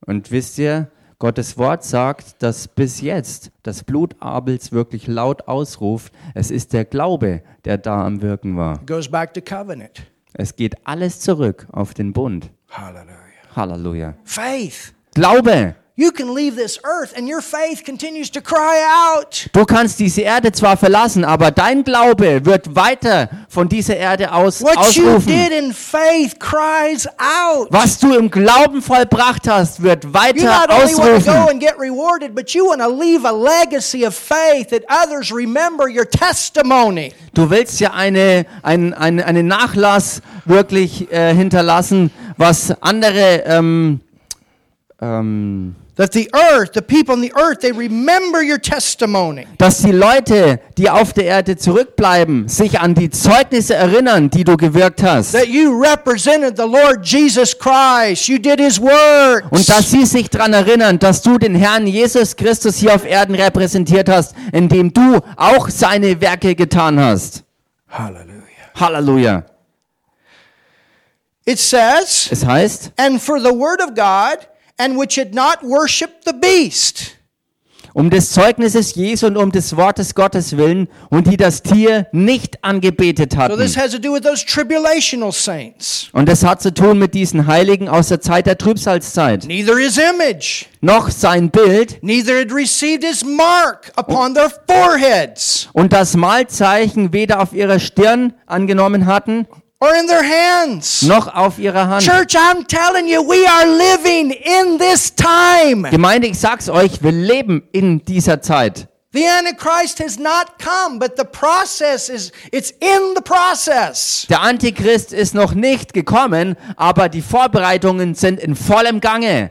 Und wisst ihr, Gottes Wort sagt, dass bis jetzt das Blut Abels wirklich laut ausruft. Es ist der Glaube, der da am Wirken war. It goes back to covenant. Es geht alles zurück auf den Bund. Hallelujah. Halleluja. Faith. Glaube! You can leave this earth and your faith continues to cry out. Du kannst diese Erde zwar verlassen, aber dein Glaube wird weiter von dieser Erde aus What you ausrufen. did in faith cries out. Was du im Glauben vollbracht hast, wird You weiter not only want to go ausrufen. and get rewarded, but you want to leave a legacy of faith that others remember your testimony. Du willst ja eine, ein, ein, einen Nachlass wirklich äh, hinterlassen, was andere, ähm, ähm, That the earth, the people on the earth, they remember your testimony. dass die Leute, die auf der Erde zurückbleiben, sich an die Zeugnisse erinnern, die du gewirkt hast. That you represented the Lord Jesus Christ. You did his works. Und dass sie sich daran erinnern, dass du den Herrn Jesus Christus hier auf Erden repräsentiert hast, indem du auch seine Werke getan hast. Hallelujah. Halleluja. It says, Es heißt, and for the word of God, and which had not worshipped the beast. um des Zeugnisses Jesu und um des Wortes Gottes willen und die das Tier nicht angebetet So this hatten. has to do with those tribulational saints. Und das hat zu tun mit diesen Heiligen aus der Zeit der Trübsalzeit. Neither his image, Noch sein Bild neither had received his mark upon their foreheads. und das Malzeichen weder auf ihrer Stirn angenommen hatten, or in their hands. noch auf ihrer Hand. Church, I'm telling you, we are living in this time. Gemeinde, ich sag's euch, wir leben in dieser Zeit. The Antichrist has not come, but the process is, it's in the process. Der Antichrist ist noch nicht gekommen, aber die Vorbereitungen sind in vollem Gange.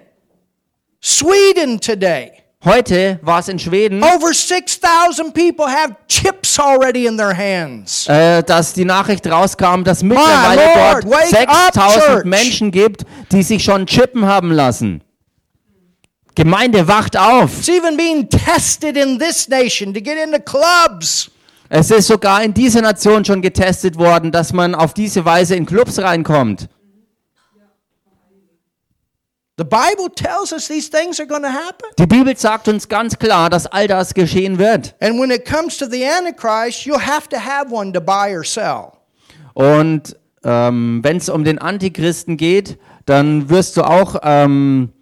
Sweden today, Heute war es in Schweden, over 6,000 people have chips already in their hands. äh, dass die Nachricht rauskam, dass Ah, Lord, mittlerweile dort wake up, 6000 Church. Menschen gibt, die sich schon chippen haben lassen. Gemeinde, wacht auf! It's even being tested in this nation to get into clubs. Es ist sogar in dieser Nation schon getestet worden, dass man auf diese Weise in Clubs reinkommt. The Bible tells us these things are going to happen. Die Bibel sagt uns ganz klar, dass all das geschehen wird. And when it comes to the Antichrist, you'll have to have one to buy or sell. Und ähm, wenn es um den Antichristen geht, dann wirst du auch ähm,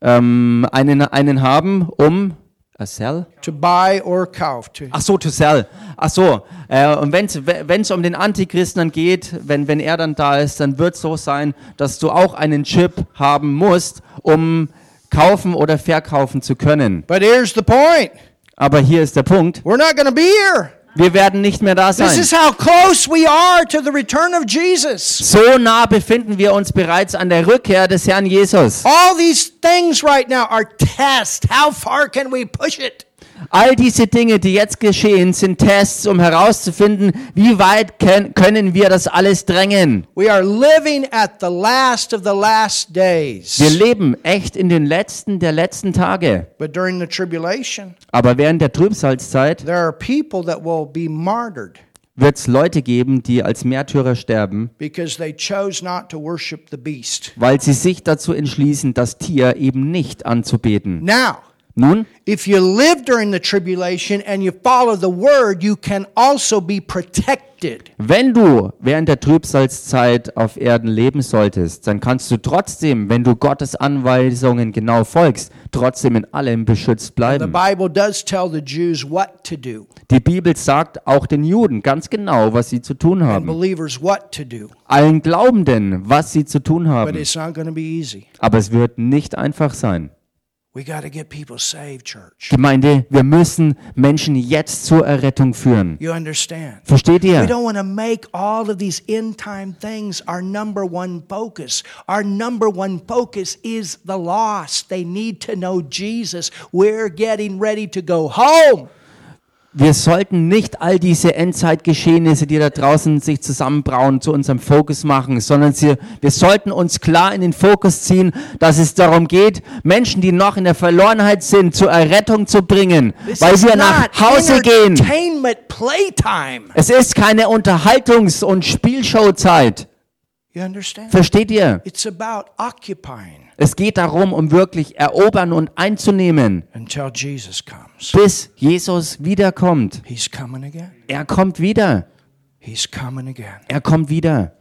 ähm, einen, einen haben, um. A sell? To buy or kauf. To, Ach so, to sell. Ach so. Äh, und wenn es um den Antichristen dann geht, wenn, wenn er dann da ist, dann wird es so sein, dass du auch einen Chip haben musst, um kaufen oder verkaufen zu können. but here's the point Aber hier ist der Punkt. we're not going to be here. Wir werden nicht mehr da This sein. is how close we are to the return of Jesus. So nah befinden wir uns bereits an der Rückkehr des Herrn Jesus. All these things right now are tests. How far can we push it? All diese Dinge, die jetzt geschehen, sind Tests, um herauszufinden, wie weit ken- können wir das alles drängen. We are living at the last of the last Wir days. leben echt in den letzten der letzten Tage. But during the tribulation, Aber während der Trübsalzeit there are people that will be martyred wird es Leute geben, die als Märtyrer sterben, because they chose not to worship the beast. weil sie sich dazu entschließen, das Tier eben nicht anzubeten. Now, Nun, If you live during the tribulation and you follow the word, you can also be protected. Wenn du während der Trübsalzeit auf Erden leben solltest, dann kannst du trotzdem, wenn du Gottes Anweisungen genau folgst, trotzdem in allem beschützt The bleiben. Bible does tell the Jews what to do Die Bibel sagt auch den Juden ganz genau, was sie zu tun and haben. believers what to do, Allen Glaubenden, was sie zu tun but haben. it's not going to be easy. Aber es wird nicht einfach sein. We got to get people saved, church. Gemeinde, wir müssen Menschen jetzt zur Errettung führen. You understand? Versteht We ihr? don't want to make all of these end time things our number one focus. Our number one focus is the lost. They need to know Jesus. We're getting ready to go home. Wir sollten nicht all diese Endzeitgeschehnisse, die da draußen sich zusammenbrauen, zu unserem Fokus machen, sondern sie, wir sollten uns klar in den Fokus ziehen, dass es darum geht, Menschen, die noch in der Verlorenheit sind, zur Errettung zu bringen, This weil is wir nach not Hause gehen. Entertainment playtime. Es ist keine Unterhaltungs- und Spielshowzeit. You understand? Versteht ihr? It's about occupying Es geht darum, um wirklich erobern und einzunehmen, until Jesus comes. bis Jesus wiederkommt. He's coming again. Er kommt wieder. He's coming again. Er kommt wieder.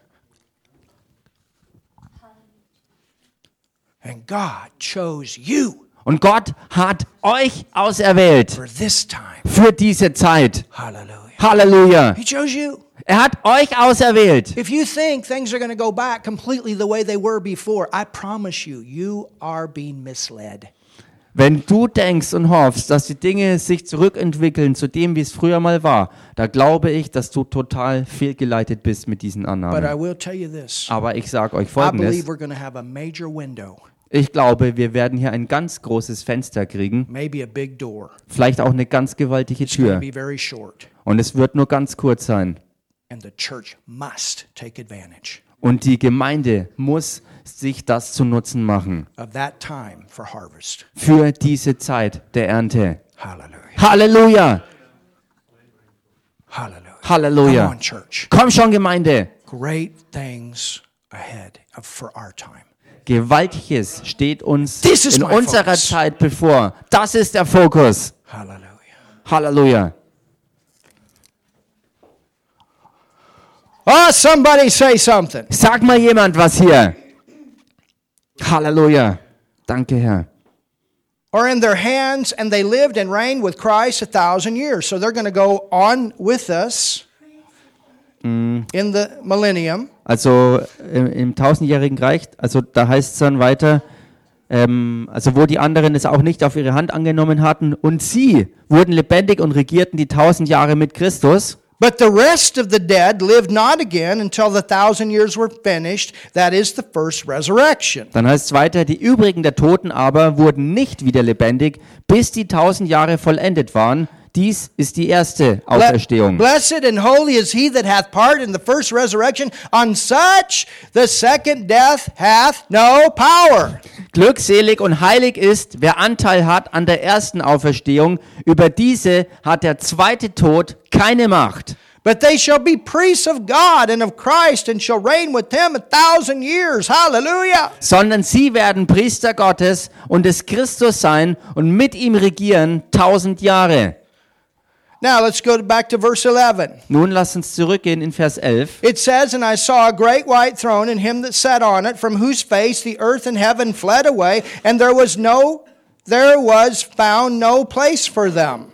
And God chose you Und Gott hat euch auserwählt for this time. für diese Zeit. Hallelujah. Halleluja. He chose you. Er hat euch auserwählt. If you think things are going to go back completely the way they were before, I promise you, you are being misled. Wenn du denkst und hoffst, dass die Dinge sich zurückentwickeln zu dem, wie es früher mal war, da glaube ich, dass du total fehlgeleitet bist mit diesen But I Annahmen. will tell you this Aber ich sage euch I Folgendes. believe we're going to have a major window, Ich glaube, wir werden hier ein ganz großes Fenster kriegen, maybe a big door. vielleicht auch eine ganz gewaltige It's going to Tür. be very short. Und es wird nur ganz kurz sein. And the church must take advantage Und die Gemeinde muss sich das zu Nutzen machen. of that time for harvest. Für diese Zeit der Ernte. Hallelujah. Halleluja! Hallelujah. Come Halleluja! on, church. Komm schon, Gemeinde! Great things ahead of- for our time. Gewaltiges steht uns This is in my unserer focus. Zeit bevor. Das ist der Fokus. Hallelujah. Halleluja! Oh, somebody say something. Sag mal jemand was hier. Halleluja! Danke, Herr. Are in their hands, and they lived and reigned with Christ a thousand years. So they're going to go on with us in the millennium. Also im, im tausendjährigen Reich, also da heißt es dann weiter, ähm, also wo die anderen es auch nicht auf ihre Hand angenommen hatten und sie wurden lebendig und regierten die tausend Jahre mit Christus. But the rest of the dead lived not again until the thousand years were finished. That is the first resurrection. Dann heißt es weiter, die übrigen der Toten aber wurden nicht wieder lebendig, bis die tausend Jahre vollendet waren. Dies ist die erste Ble- Auferstehung. Blessed and holy is he that hath part in the first resurrection. On such the second death hath no power. Glückselig und heilig ist, wer Anteil hat an der ersten Auferstehung. Über diese hat der zweite Tod keine Macht. But they shall be priests of God and of Christ and shall reign with him a thousand years. Hallelujah. sondern sie werden Priester Gottes und des Christus sein und mit ihm regieren tausend Jahre. Now let's go back to verse 11. Nun lasst uns zurückgehen in Vers 11. It says, And I saw a great white throne and him that sat on it, from whose face the earth and heaven fled away, and there was no, there was found no place for them.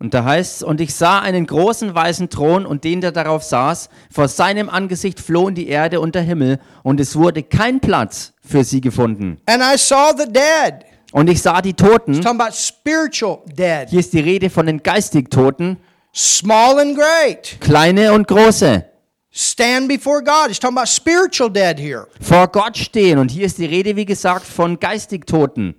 Und da heißt's, und ich sah einen großen weißen Thron und den, der darauf saß, vor seinem Angesicht flohen die Erde und der Himmel, und es wurde kein Platz für sie gefunden. And I saw the dead. Und ich sah die Toten, Talking about spiritual dead, hier ist die Rede von den geistig Toten, small and great, kleine und große, stand before God. He's talking about spiritual dead here. vor Gott stehen. Und hier ist die Rede, wie gesagt, von geistig Toten.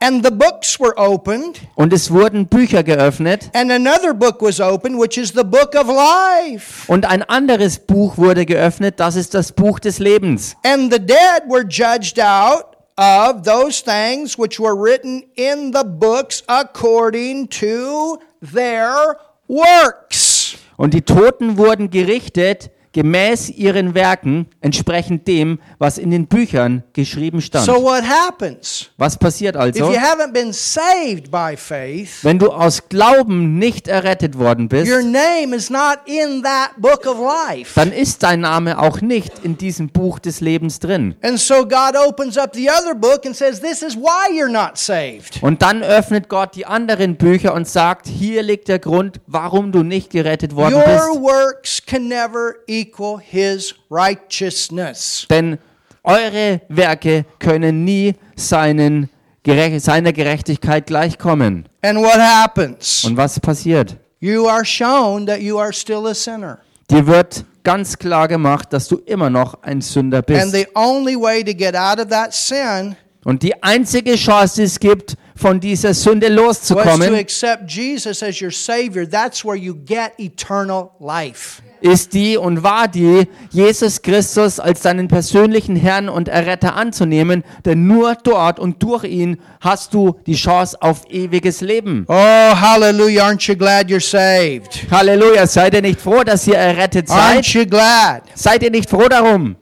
And the books were opened, Und es wurden Bücher geöffnet, and another book was opened, which is the book of life. Und ein anderes Buch wurde geöffnet, das ist das Buch des Lebens. And the dead were judged out of those things which were written in the books according to their works. Und die Toten wurden gerichtet gemäß ihren Werken, entsprechend dem, was in den Büchern geschrieben stand. So, what happens? was passiert If also? you haven't been saved by faith, Wenn du aus Glauben nicht errettet worden bist, your name is not in that book of life. dann ist dein Name auch nicht in diesem Buch des Lebens drin. And so God opens up the other book and says, This is why you're not saved. Und dann öffnet Gott die anderen Bücher und sagt, hier liegt der Grund, warum du nicht gerettet worden bist. Your works can never equal His righteousness. Denn eure Werke können nie seinen, Gere- seiner Gerechtigkeit gleichkommen. And what happens? Und was passiert? You are shown that you are still a sinner. Dir wird ganz klar gemacht, dass du immer noch ein Sünder And bist. the only way to get out of that sin Und die einzige Chance, die es gibt, von dieser Sünde was to loszukommen, accept Jesus as your Savior. That's where you get eternal life. ist die und war die, Jesus Christus als deinen persönlichen Herrn und Erretter anzunehmen, denn nur dort und durch ihn hast du die Chance auf ewiges Leben. Oh, hallelujah. Aren't you glad you're saved? Halleluja, seid ihr nicht froh, dass ihr errettet seid? Aren't you glad? Seid ihr nicht froh darum?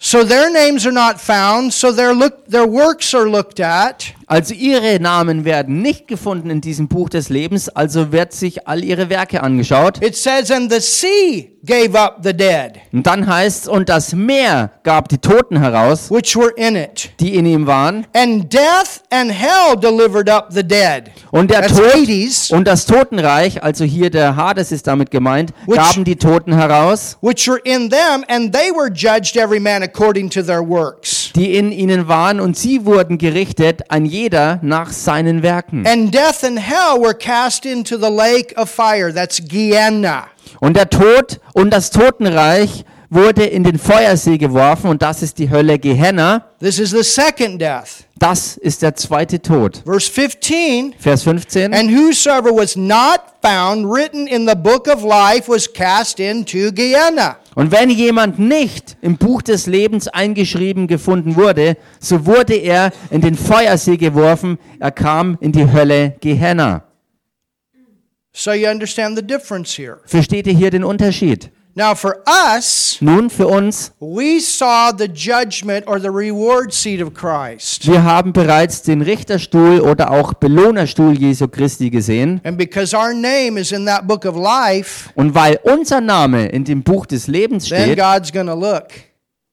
So their names are not found, so their, look, their works are looked at. Also ihre Namen werden nicht gefunden in diesem Buch des Lebens, also wird sich all ihre Werke angeschaut. It says, and the sea gave up the dead Und dann heißt es, und das Meer gab die Toten heraus, which were in it. die in ihm waren, And death and hell delivered up the dead. und der That's Tod Hades, und das Totenreich, also hier der Hades ist damit gemeint, Which- gaben die Toten heraus, which were in them, and they were judged every man according to their works. die in ihnen waren, und sie wurden gerichtet, ein jeder nach seinen Werken. And death and hell were cast into the lake of fire. That's Gehenna. Und der Tod und das Totenreich wurde in den Feuersee geworfen, und das ist die Hölle Gehenna. This is the second death. Das ist der zweite Tod. Verse 15. Vers 15. And whosoever was not found written in the book of life was cast into Gehenna. Und wenn jemand nicht im Buch des Lebens eingeschrieben gefunden wurde, so wurde er in den Feuersee geworfen, er kam in die Hölle Gehenna. So you understand the difference here. Versteht ihr hier den Unterschied? Now, for us, Nun für uns, we saw the judgment or the reward seat of Christ. wir haben bereits den Richterstuhl oder auch Belohnerstuhl Jesu Christi gesehen. And because our name is in that book of life, Und weil unser Name in dem Buch des Lebens then steht, God's going to look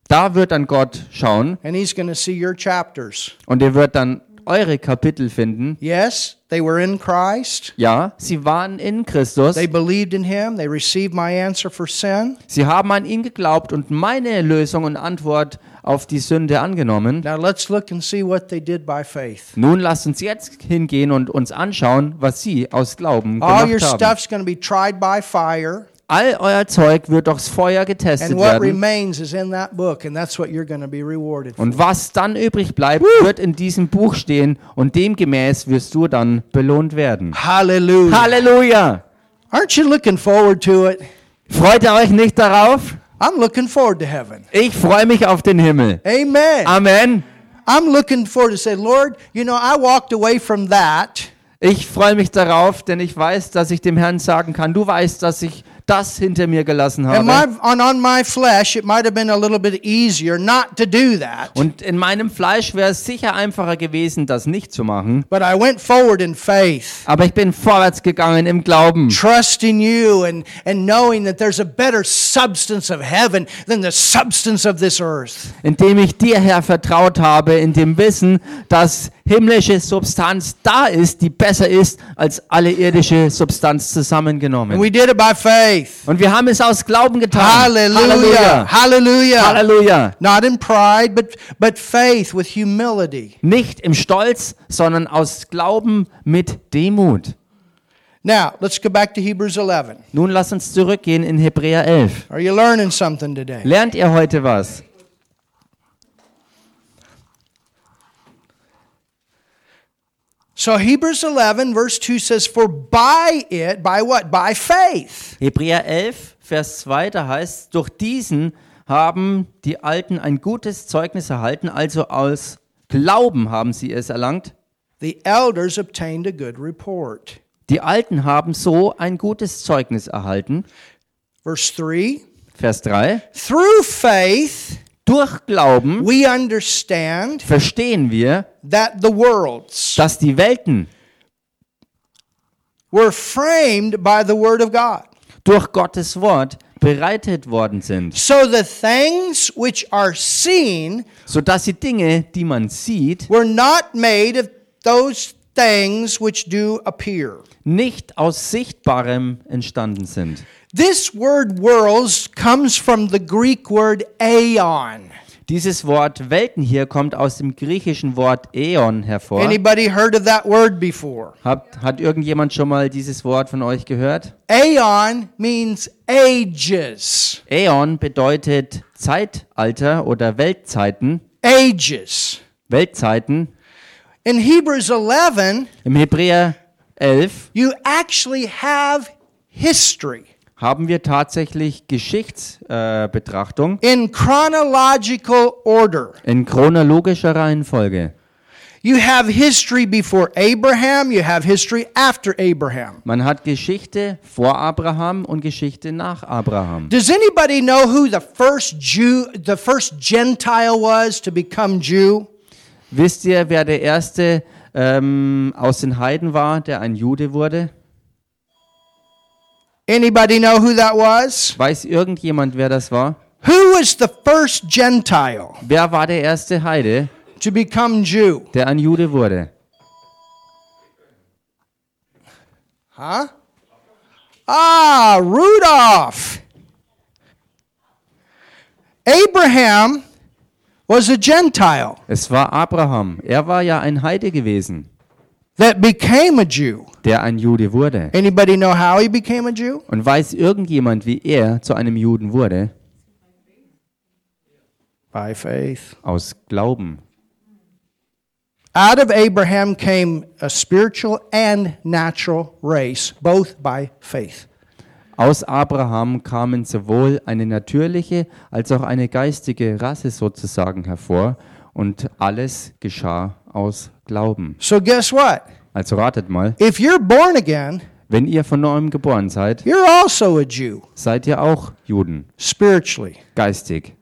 da wird dann Gott schauen and He's going to see your chapters. und er wird dann eure Kapitel finden. Yes, they were in Christ. Ja, sie waren in Christus. They believed in Him. They received my answer for sin. Sie haben an ihn geglaubt und meine Lösung und Antwort auf die Sünde angenommen. Now let's look and see what they did by faith. Nun lasst uns jetzt hingehen und uns anschauen, was sie aus Glauben All your gemacht haben. stuff's going to be tried by fire, All euer Zeug wird durchs Feuer getestet and what werden. remains is in that book, and that's what you're going to be rewarded for. Und was dann übrig bleibt, wird in diesem Buch stehen und demgemäß wirst du dann belohnt werden. Hallelujah. Halleluja! Aren't you looking forward to it? Freut ihr euch nicht darauf? I'm looking forward to heaven. Ich freue mich auf den Himmel. Amen. Amen. I'm looking forward to say, Lord, you know, I walked away from that. Ich freue mich darauf, denn ich weiß, dass ich dem Herrn sagen kann, du weißt, dass ich das hinter mir gelassen And my, habe. on, on my flesh, it might have been a little bit easier not to do that. Und in meinem Fleisch wäre es sicher einfacher gewesen, das nicht zu machen. But I went forward in faith, Aber ich bin vorwärts gegangen im Glauben. trusting you and, and knowing that there's a better substance of heaven than the substance of this earth. indem ich dir, Herr, vertraut habe, in dem Wissen, dass himmlische Substanz da ist, die besser ist als alle irdische Substanz And zusammengenommen. we did it by faith. Und wir haben es aus Glauben getan. Hallelujah. Halleluja. Hallelujah. Halleluja. Not in pride, but, but faith with humility. Nicht im Stolz, sondern aus Glauben mit Demut. Now, let's go back to Hebrews 11. Nun lasst uns zurückgehen in Hebräer 11. Are you learning something today? Lernt ihr heute was? So Hebrews 11 verse 2 says, For by it, by what? By faith. Hebräer 11, Vers 2, da heißt, durch diesen haben die Alten ein gutes Zeugnis erhalten, also aus Glauben haben sie es erlangt. The elders obtained a good report. Die Alten haben so ein gutes Zeugnis erhalten. Verse 3 Vers 3. Through faith, Durch Glauben we understand verstehen wir, that the worlds dass die Welten were framed by the Word of God. durch Gottes Wort bereitet worden sind, So the things which are seen sodass die Dinge, die man sieht, were not made of those things which do appear. nicht aus Sichtbarem entstanden sind. This word worlds comes from the Greek word aeon. Dieses Wort Welten hier kommt aus dem griechischen Wort Äon hervor. Anybody heard of that word before? Habt, hat irgendjemand schon mal dieses Wort von euch gehört? Aeon means ages. Äon bedeutet Zeitalter oder Weltzeiten. Ages. Weltzeiten. In Hebrews 11, Im Hebräer 11 you actually have history haben wir tatsächlich Geschichtsbetrachtung äh, Betrachtung in chronological order. in chronologischer Reihenfolge. You have history before Abraham, you have history after Abraham. Man hat Geschichte vor Abraham und Geschichte nach Abraham. Does anybody know who the first Jew, the first Gentile was to become Jew? Wisst ihr, wer der erste ähm, aus den Heiden war, der ein Jude wurde? Anybody know who that was? Weiß irgendjemand, wer das war? Who was the first Gentile Wer war der erste Heide, to become Jew? der ein Jude wurde? Huh? Ah, Rudolph. Abraham was a Gentile Es war Abraham. Er war ja ein Heide gewesen, that became a Jew. der ein Jude wurde. Anybody know how he became a Jew? Und weiß irgendjemand, wie er zu einem Juden wurde? By faith. Aus Glauben. Out of Abraham came a spiritual and natural race, both by faith. Aus Abraham kamen sowohl eine natürliche als auch eine geistige Rasse sozusagen hervor und alles geschah aus Glauben. So, guess what? Also ratet mal, If you're born again, wenn ihr von neuem geboren seid, you're also a Jew seid ihr auch Juden, spiritually. geistig.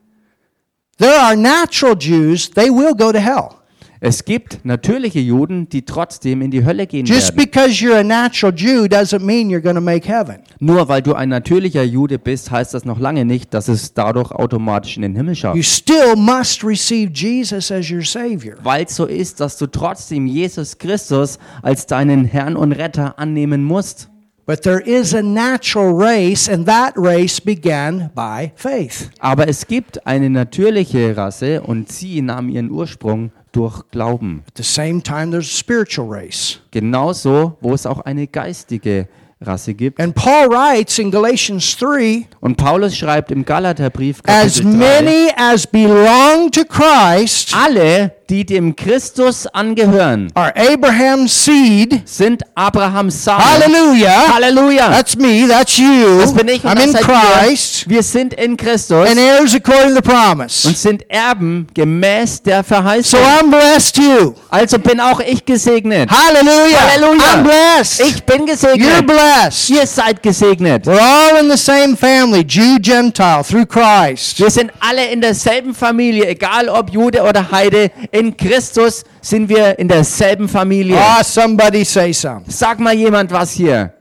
There are natural Jews, they will go to hell. Es gibt natürliche Juden, die trotzdem in die Hölle gehen Just werden. because you're a natural Jew doesn't mean you're going to make heaven. Nur weil du ein natürlicher Jude bist, heißt das noch lange nicht, dass es dadurch automatisch in den Himmel schafft. You still must receive Jesus as your Savior. weil es so ist, dass du trotzdem Jesus Christus als deinen Herrn und Retter annehmen musst. But there is a natural race, and that race began by faith. Aber es gibt eine natürliche Rasse und sie nahm ihren Ursprung durch Glauben. At the same time, there's a spiritual race. Genauso, wo es auch eine geistige Rasse gibt. And Paul writes in Galatians 3 Und Paulus schreibt im Galaterbrief As Kapitel 3, many as belong to Christ alle, die dem Christus angehören, are Abraham's seed. sind Abrahams Samen. Hallelujah. Halleluja! That's me, that's you. Das bin ich und I'm in das seid Christ ihr. Wir sind in Christus and heirs according to the und promise. sind Erben gemäß der So Verheißung. I'm blessed too. Also bin auch ich gesegnet. Hallelujah. Hallelujah. I'm blessed. Ich bin You're gesegnet. blessed. Ihr seid gesegnet. We're all in the same family, Jew, Gentile, through Christ. Wir sind alle in derselben Familie, egal ob Jude oder Heide. In Christus sind wir in derselben Familie. Ah, somebody say something. Sag mal jemand was hier.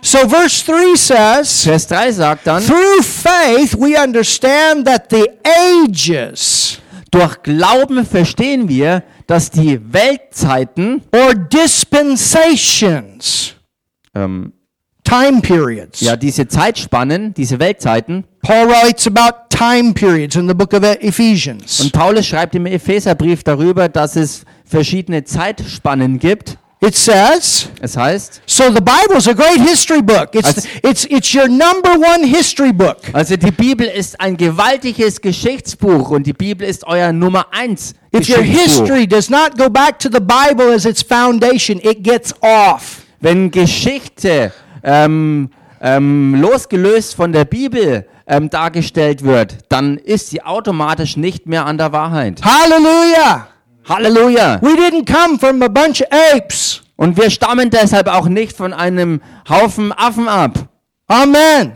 So verse 3 says, Vers 3 sagt dann, Through faith we understand that the ages durch Glauben verstehen wir, dass die Weltzeiten, or dispensations, ähm, time periods. ja diese Zeitspannen, diese Weltzeiten, Paul writes about time periods in the book of Ephesians. und Paulus schreibt im Epheserbrief darüber, dass es verschiedene Zeitspannen gibt. It says, Es heißt, so the Bible's a great history book. It's, That's- it's, it's your number one history book. also die Bibel ist ein gewaltiges Geschichtsbuch und die Bibel ist euer Nummer 1 If your history does not go back to the Bible as its foundation, it gets off. wenn Geschichte ähm, ähm, losgelöst von der Bibel ähm, dargestellt wird, dann ist sie automatisch nicht mehr an der Wahrheit. Hallelujah. Halleluja! We didn't come from a bunch of apes. Und wir stammen deshalb auch nicht von einem Haufen Affen ab. Amen.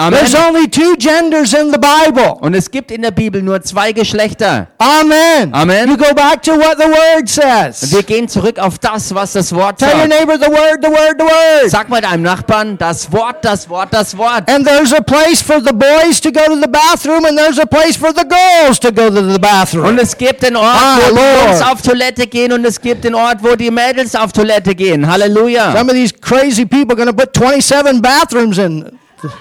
Amen. There's only two genders in the Bible. Und es gibt in der Bibel nur zwei Geschlechter. Amen. Amen. You go back to what the word Wir says. gehen zurück auf das, was das Wort Tell your sagt. neighbor the word, the word, the word. Sag mal deinem Nachbarn, das Wort, das Wort, das Wort. And there's a place for the boys to go to the bathroom, and there's a place for the girls to go to the Und bathroom. es gibt den Ort, Ah, wo die Lord. Jungs auf Toilette gehen und es gibt den Ort, wo die Mädels auf Toilette gehen. Halleluja. Some of these crazy people are going to put 27 bathrooms in. if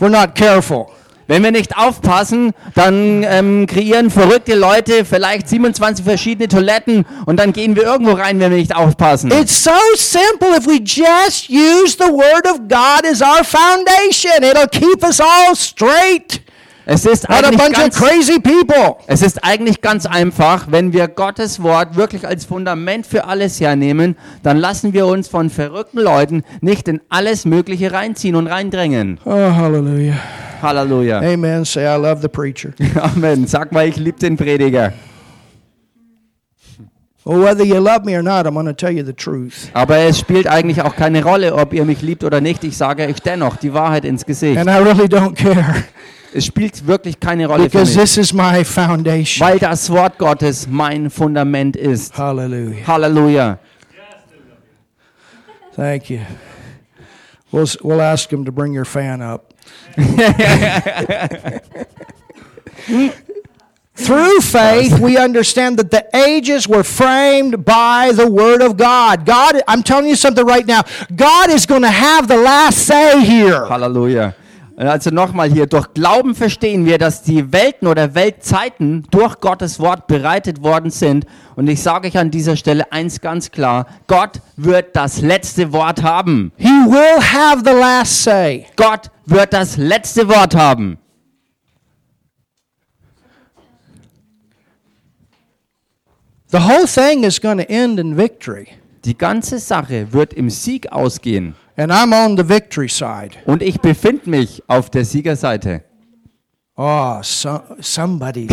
We're not careful. Wenn wir nicht aufpassen, dann ähm, kreieren verrückte Leute vielleicht 27 verschiedene Toiletten und dann gehen wir irgendwo rein, wenn wir nicht aufpassen. It's so simple if we just use the Word of God as our foundation. It'll keep us all straight. Es ist Not a eigentlich bunch of ganz, crazy people. es ist eigentlich ganz einfach, wenn wir Gottes Wort wirklich als Fundament für alles hernehmen, dann lassen wir uns von verrückten Leuten nicht in alles Mögliche reinziehen und reindrängen. Oh, hallelujah. Halleluja. Amen. Say, I love the preacher. Amen. Sag mal, ich liebe den Prediger. Well, whether you love me or not, I'm going to tell you the truth. Aber es spielt eigentlich auch keine Rolle, ob ihr mich liebt oder nicht. Ich sage euch dennoch die Wahrheit ins Gesicht. And I really don't care Es spielt wirklich keine Rolle für because mich, this is my foundation. weil das Wort Gottes mein Fundament ist. Hallelujah. Halleluja. Thank you. We'll, s- we'll ask him to bring your fan up. Through faith, we understand that the ages were framed by the Word of God. God, I'm telling you something right now. God is going to have the last say here. Halleluja. Also nochmal hier, durch Glauben verstehen wir, dass die Welten oder Weltzeiten durch Gottes Wort bereitet worden sind. Und ich sage euch an dieser Stelle eins ganz klar, Gott wird das letzte Wort haben. He will have the last say. Gott wird das letzte Wort haben. The whole thing is going to end in victory, Die ganze Sache wird im Sieg ausgehen. and I'm on the victory side. Und ich befinde mich auf der Siegerseite. Oh, so, somebody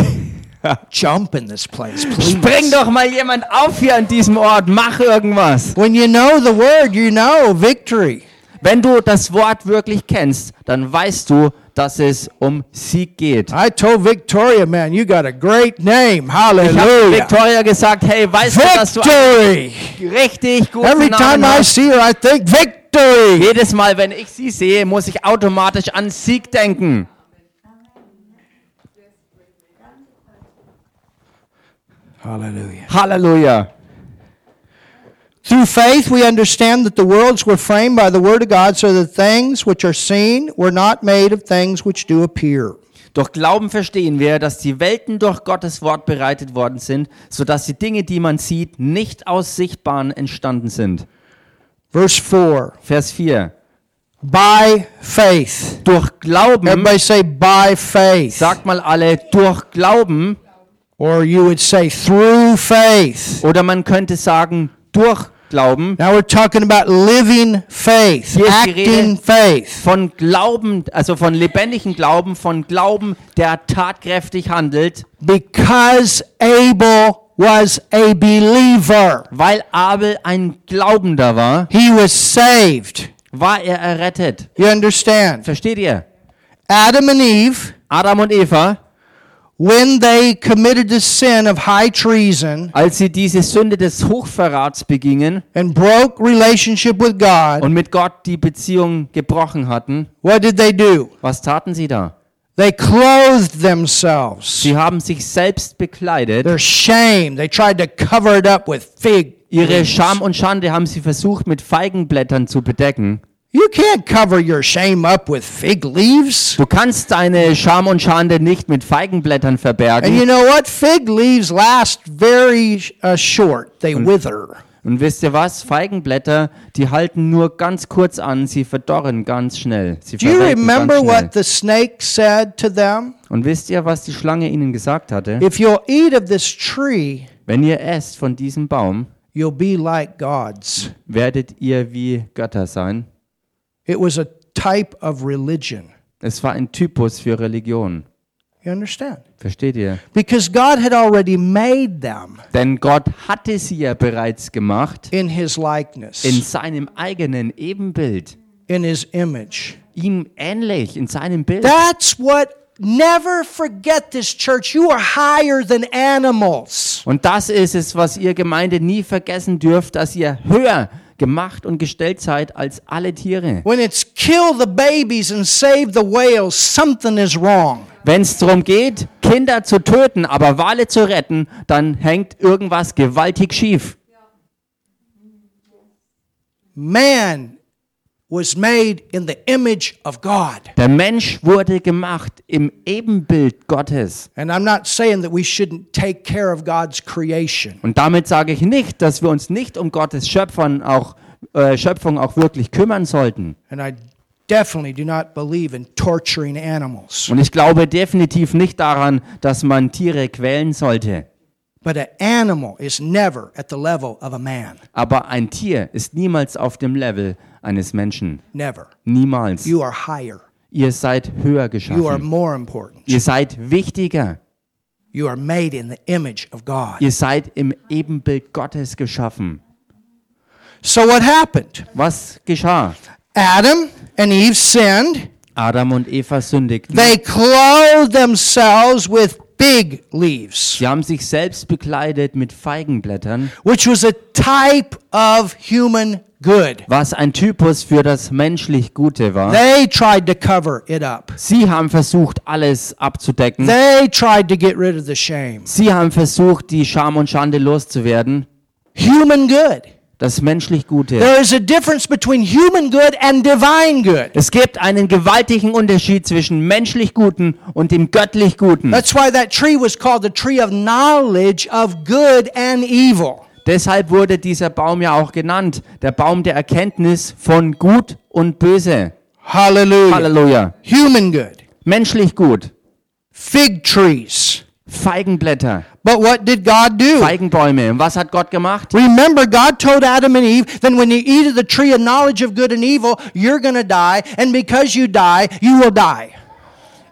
jump in this place, please. Spring doch mal jemand auf hier an diesem Ort, mach irgendwas. When you know the word, you know victory. Wenn du das Wort wirklich kennst, dann weißt du, dass es um Sieg geht. I told Victoria, man, you got a great name. Ich habe Hallelujah. Victoria gesagt, hey, weißt du, dass du Victory. einen richtig guten Every time Namen I hast? see her, I think victory. Jedes Mal, wenn ich sie sehe, muss ich automatisch an Sieg denken. Hallelujah. Halleluja. Through faith, we understand that the worlds were framed by the Word of God, so that things which are seen were not made of things which do appear. Durch Glauben verstehen wir, dass die Welten durch Gottes Wort bereitet worden sind, sodass die Dinge, die man sieht, nicht aus Sichtbaren entstanden sind. Verse 4 Vers 4. By faith. Durch Glauben, Everybody say, by faith. sagt mal alle, durch Glauben, Or you would say, through faith. oder man könnte sagen, durch Glauben, Now we're talking about living faith, Yes, acting Irene. faith. von Glauben, also von lebendigem Glauben, von Glauben, der tatkräftig handelt, Because Abel was a believer, weil Abel ein Glaubender war, he was saved. war er errettet. You understand? Versteht ihr? Adam and Eve, Adam und Eva, when they committed the sin of high treason als sie diese Sünde des Hochverrats begingen and broke relationship with God, und mit Gott die Beziehung gebrochen hatten, what did they do? was taten sie da? They clothed themselves. Sie haben sich selbst bekleidet. Their shame, they tried to cover it up with fig. Ihre leaves. Scham und Schande haben sie versucht, mit Feigenblättern zu bedecken. You can't cover your shame up with fig leaves. Du kannst deine Scham und Schande nicht mit Feigenblättern And you verbergen. know what? Fig leaves last very uh, short. They wither. Und wisst ihr was? Feigenblätter, die halten nur ganz kurz an, sie verdorren ganz schnell. Sie Do you verwelken ganz remember schnell. what the snake said to them? Und wisst ihr, was die Schlange ihnen gesagt hatte? If you'll eat of this tree, Wenn ihr esst von diesem Baum, you'll be like gods. werdet ihr wie Götter sein. It was a type of religion. Es war ein Typus für Religion. You understand? Versteht ihr? Because God had already made them Denn Gott hatte sie ja bereits gemacht in his likeness, in seinem eigenen Ebenbild. in his image. Ihm ähnlich, in seinem Bild. That's what, never forget this, church. You are higher than animals. Und das ist es, was ihr Gemeinde nie vergessen dürft, dass ihr höher gemacht und gestellt seid als alle Tiere. When it's kill the babies and save the whales, something is wrong. Wenn es darum geht, Kinder zu töten, aber Wale zu retten, dann hängt irgendwas gewaltig schief. Man was made in the image of God. Der Mensch wurde gemacht im Ebenbild Gottes. And I'm not saying that we shouldn't take care of God's creation. Und damit sage ich nicht, dass wir uns nicht um Gottes Schöpfern auch, äh, Schöpfung auch wirklich kümmern sollten. And I definitely do not believe in torturing animals. Und ich glaube definitiv nicht daran, dass man Tiere quälen sollte. But an animal is never at the level of a man. Aber ein Tier ist niemals auf dem Level eines Menschen. Never. Niemals. You are higher. Ihr seid höher You are geschaffen. more important. Ihr seid wichtiger. You are made in the image of God. Ihr seid im Ebenbild Gottes geschaffen. So what happened? Was geschah? Adam and Eve sinned. Adam und Eva sündigten. They clothed themselves with big leaves, Sie haben sich selbst bekleidet mit Feigenblättern, which was a type of human good. was ein Typus für das menschlich Gute war. They tried to cover it up. Sie haben versucht, alles abzudecken. They tried to get rid of the shame. Sie haben versucht, die Scham und Schande loszuwerden. Human good. Das menschlich Gute. There is a difference between human good and divine good. Es gibt einen gewaltigen Unterschied zwischen menschlich Guten und dem göttlich Guten. That's why that tree was called the tree of knowledge of good and evil. Deshalb wurde dieser Baum ja auch genannt, der Baum der Erkenntnis von Gut und Böse. Hallelujah. Halleluja. Human good. Menschlich gut. Fig trees. Feigenblätter, But what did God do? Feigenbäume. Und was hat Gott gemacht? Remember, God told Adam and Eve that when you eat of the tree of knowledge of good and evil, you're going to die, and because you die, you will die.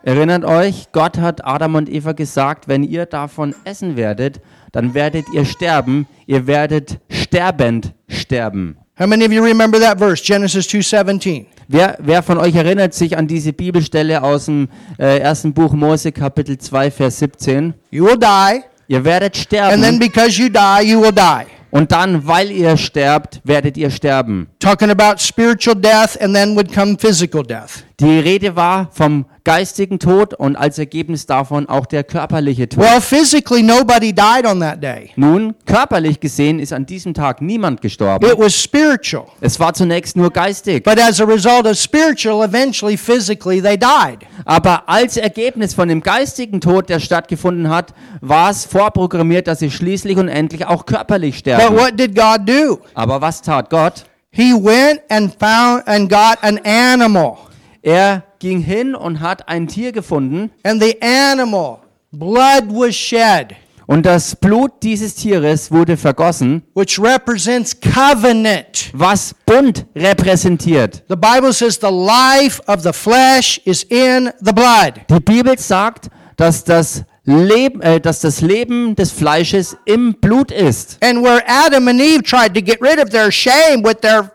Erinnert euch, Gott hat Adam und Eva gesagt, wenn ihr davon essen werdet, dann werdet ihr sterben, ihr werdet sterbend sterben. How many of you remember that verse, Genesis 2:17? Wer, wer von euch erinnert sich an diese Bibelstelle aus dem äh, ersten Buch Mose Kapitel 2 Vers 17? You will die, Ihr werdet and then sterben because you die, you will die. und dann, weil ihr sterbt, werdet ihr sterben. Talking about spiritual death and then would come physical death. Die Rede war vom geistigen Tod und als Ergebnis davon auch der körperliche Tod. Well, physically, nobody died on that day. Nun, körperlich gesehen ist an diesem Tag niemand gestorben. It was spiritual. Es war zunächst nur geistig. But as a result of spiritual, eventually, physically, they died. Aber als Ergebnis von dem geistigen Tod, der stattgefunden hat, war es vorprogrammiert, dass sie schließlich und endlich auch körperlich But sterben. what did God do? Aber was tat Gott? He went and found and got an animal. Er ging hin und hat ein Tier gefunden And the animal, blood was shed, und das Blut dieses Tieres wurde vergossen, which represents covenant. was Bund repräsentiert. The Bible says the life of the flesh is in the blood. Die Bibel sagt, dass das Leben, äh, dass das Leben des Fleisches im Blut ist. And where Adam and Eve tried to get rid of their shame with their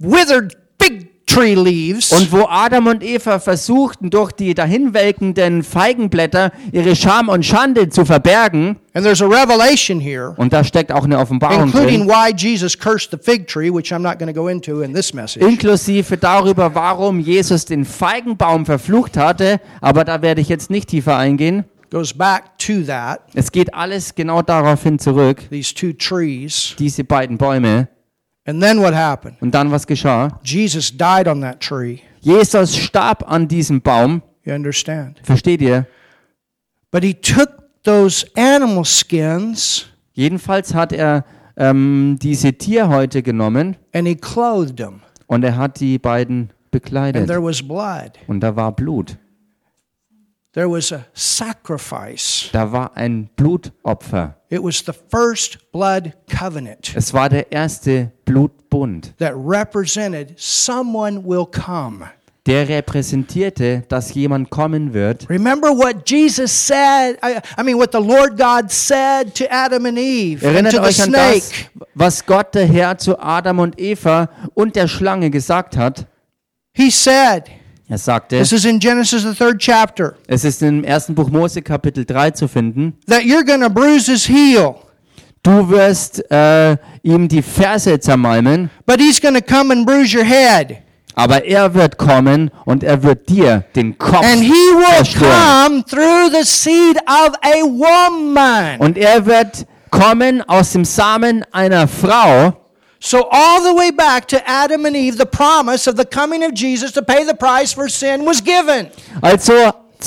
withered fig tree leaves, Und wo Adam und Eva versuchten, durch die dahinwelkenden Feigenblätter ihre Scham und Schande zu verbergen, and there's a revelation here, und da steckt auch eine Offenbarung including drin, why Jesus cursed the fig tree, which I'm not going to go into in this message. inklusive darüber, warum Jesus den Feigenbaum verflucht hatte, aber da werde ich jetzt nicht tiefer eingehen. Goes back to that, Es geht alles genau daraufhin zurück, these two trees. diese beiden Bäume. And then what happened? Und dann was geschah? Jesus died on that tree. Jesus starb an diesem Baum, You understand? versteht ihr? But he took those animal skins Jedenfalls hat er ähm, diese Tierhäute genommen and he clothed them. und er hat die beiden And bekleidet. there was blood. Und da war Blut. There was a sacrifice. Da war ein Blutopfer. It was the first blood covenant Es war der erste Blutbund, that represented someone will come. der repräsentierte, dass jemand kommen wird. Remember what Jesus said, I, I mean, what the Lord God said to Adam and Eve, and Erinnert to the euch an das, snake. was Gott der Herr zu Adam und Eva und der Schlange gesagt hat. He said, Er sagte, this is in Genesis, the third chapter, es ist im ersten Buch Mose Kapitel 3 zu finden, that you're going to bruise his heel. du wirst äh, ihm die Verse zermalmen But he's going to come and bruise your head. Aber er wird kommen und er wird dir den Kopf And he will zerstören. come through the seed of a woman. Und er wird kommen aus dem Samen einer Frau. So, all the way back to Adam and Eve, the promise of the coming of Jesus to pay the price for sin was given. Also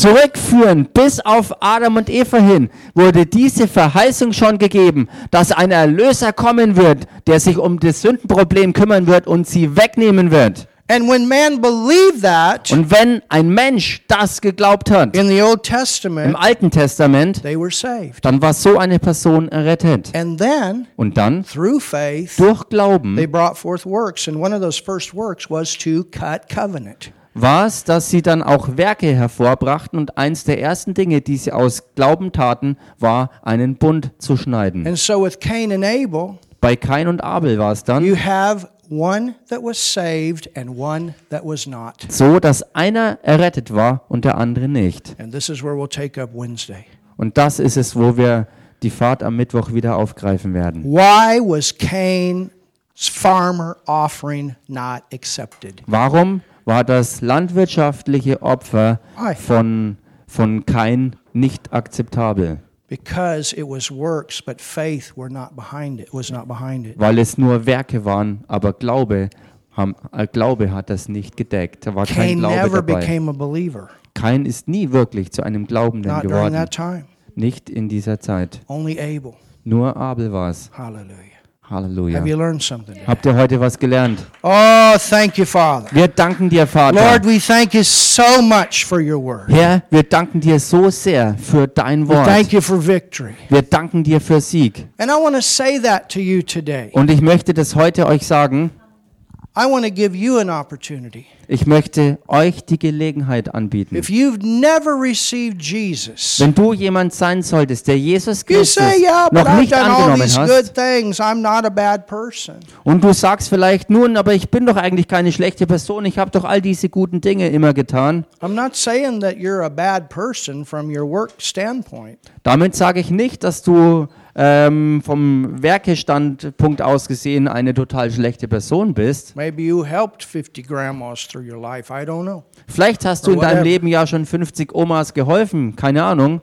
zurückführen bis auf Adam und Eva hin wurde diese Verheißung schon gegeben, dass ein Erlöser kommen wird, der sich um das Sündenproblem kümmern wird und sie wegnehmen wird. And when man believed that Und wenn ein Mensch das geglaubt hat in the Old im Testament, Alten Testament, they were saved. dann war so eine Person errettet. And then, Und dann through faith, durch Glauben they brought forth works. And one of those first works was to cut covenant. war es, dass sie dann auch Werke hervorbrachten und eins der ersten Dinge, die sie aus Glauben taten, war, einen Bund zu schneiden. And so, with Cain and Abel, Bei Kain und Abel war es dann You have one that was saved and one that was not. so, dass einer errettet war und der andere nicht. And this is where we'll take up Wednesday. Und das ist es, wo wir die Fahrt am Mittwoch wieder aufgreifen werden. Why was Cain's farmer offering not accepted? Warum war das landwirtschaftliche Opfer Why? von, von Kain nicht akzeptabel? Because it was works, but faith were not behind it, was not behind it. Weil es nur Werke waren, aber Glaube, haben, äh, Glaube hat das nicht gedeckt. Da war kein Cain Glaube never dabei. became a believer. Kain ist nie wirklich zu einem Glaubenden Not during geworden. that time. Nicht in dieser Zeit. Only Abel. Nur Abel war es. Hallelujah. Halleluja. Have you learned something? today? Habt ihr heute was gelernt? Oh, thank you, Father. Wir danken dir, Vater. Lord, we thank you so much for your word. Herr, wir danken dir so sehr für dein Thank Wort. you for victory. Wir danken dir für Sieg. And I want to say that to you today. Und ich möchte das heute euch sagen. I want to give you an opportunity. Ich möchte euch die Gelegenheit anbieten. If you've never received Jesus, Wenn du jemand sein solltest, der Jesus you Christus say, Yeah, but noch I've nicht done all angenommen these hast, good things. I'm not a bad person. Und du sagst vielleicht, nun, aber ich bin doch eigentlich keine schlechte Person, ich habe doch all diese guten Dinge immer getan. I'm not saying that you're a bad person from your work standpoint, Damit sage ich nicht, dass du ähm, vom Werkestandpunkt aus gesehen eine total schlechte Person bist. Maybe you helped 50 grandmas through your life. I don't know. Vielleicht hast du in deinem Whatever. Leben ja schon 50 Omas geholfen, keine Ahnung.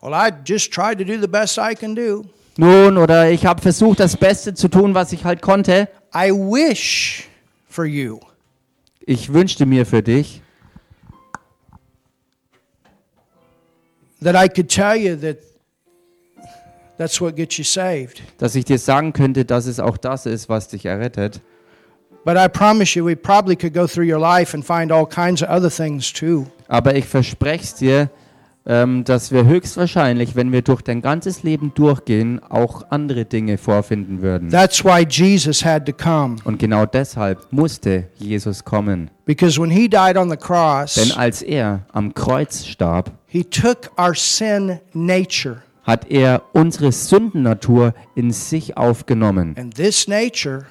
Well, I just tried to do the best I can do. Nun, oder ich habe versucht, das Beste zu tun, was ich halt konnte. I wish for you Ich wünschte mir für dich, that I could tell you that that's what gets you saved. dass ich dir sagen könnte, dass es auch das ist, was dich errettet. But I promise you, we probably could go through your life and find all kinds of other things too. Aber ich verspreche es dir, ähm, dass wir höchstwahrscheinlich, wenn wir durch dein ganzes Leben durchgehen, auch andere Dinge vorfinden würden. That's why Jesus had to come. Und genau deshalb musste Jesus kommen. Because when he died on the Denn cross, als er am Kreuz starb, he took our sin nature. hat er unsere Sündennatur in sich aufgenommen. And this nature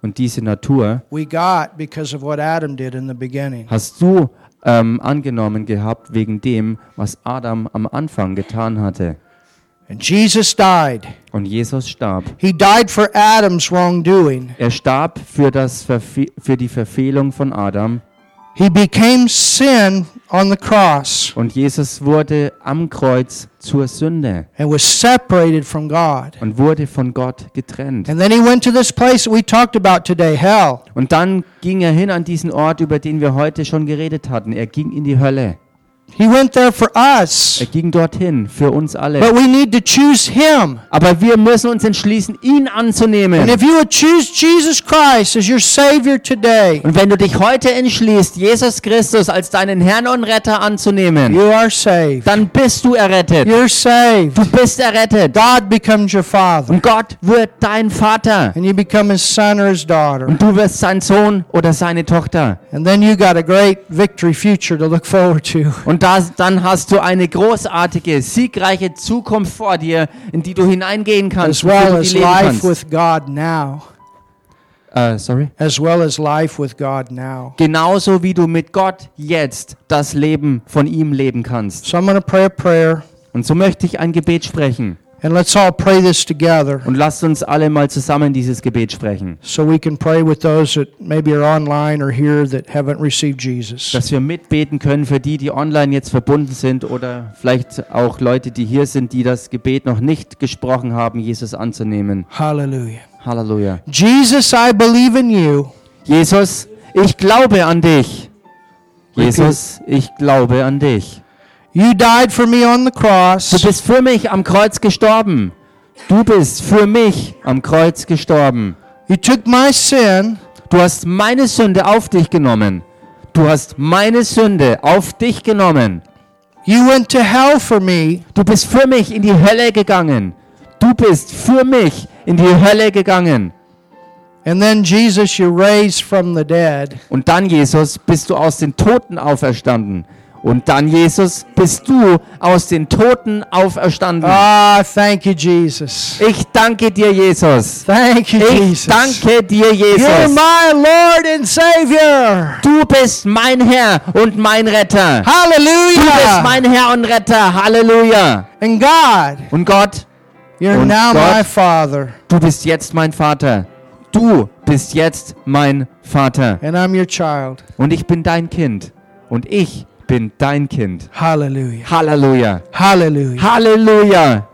Und diese Natur we got because of what Adam did in the beginning. hast du ähm, angenommen gehabt wegen dem, was Adam am Anfang getan hatte. And Jesus died. Und Jesus starb. He died for Adam's wrongdoing. Er starb für, das Verfe für die Verfehlung von Adam. He became sin on the cross Und Jesus wurde am Kreuz zur Sünde and was separated from God. und wurde von Gott getrennt. And then he went to this place that we talked about today, hell. Und dann ging er hin an diesen Ort, über den wir heute schon geredet hatten. Er ging in die Hölle. He went there for us. Er ging dorthin für uns alle. But we need to choose him. Aber wir müssen uns entschließen, ihn And anzunehmen. if you would choose Jesus Christ as your Savior today, Und wenn du dich heute entschließt, Jesus Christus als deinen Herrn und Retter anzunehmen, you are saved. dann bist du errettet. You're saved. Du bist errettet. God becomes your Father, Und Gott wird dein Vater. and you become his son or his daughter. Und du wirst sein Sohn oder seine Tochter. And then you got a great victory future to look forward to. Und das, dann hast du eine großartige, siegreiche Zukunft vor dir, in die du hineingehen As kannst. in die well du as leben life kannst. with God now. Äh, sorry. As well as life with God now. Genauso wie du mit Gott jetzt das Leben von ihm leben kannst. So I'm going to pray a prayer, Und so möchte ich ein Gebet sprechen. and let's all pray this together Und lasst uns alle mal zusammen dieses Gebet sprechen, so we can pray with those that maybe are online or here that haven't received Jesus. dass wir mitbeten können für die, die online jetzt verbunden sind oder vielleicht auch Leute, die hier sind, die das Gebet noch nicht gesprochen haben, Jesus anzunehmen. Hallelujah. Halleluja. Jesus, I believe in you. Jesus, ich glaube an dich. Jesus, ich glaube an dich. You died for me on the Du cross. bist für mich am Kreuz gestorben. Du bist für mich am Kreuz gestorben. You took my sin Du hast meine Sünde auf dich genommen. Du hast meine Sünde auf dich genommen. You went to hell for me. Du bist für mich in die Hölle gegangen. Du bist für mich in die Hölle gegangen. And then, Jesus, you raised from the dead. Und dann, Jesus, bist du aus den Toten auferstanden. Und dann, Jesus, bist du aus den Toten auferstanden. Ah, thank you, Jesus. Ich danke dir, Jesus. Thank you, Ich Jesus. danke dir, You're Jesus. my Lord and Savior. Du bist mein Herr und mein Retter. Du bist Hallelujah. mein Herr und Retter. Halleluja. And God, Und Gott, you're Und now Gott. my Father, du bist jetzt mein Vater. Du bist jetzt mein Vater. and I'm your child. Und ich bin dein Kind. Und ich bin dein Kind. Hallelujah. Halleluja. Hallelujah. Halleluja.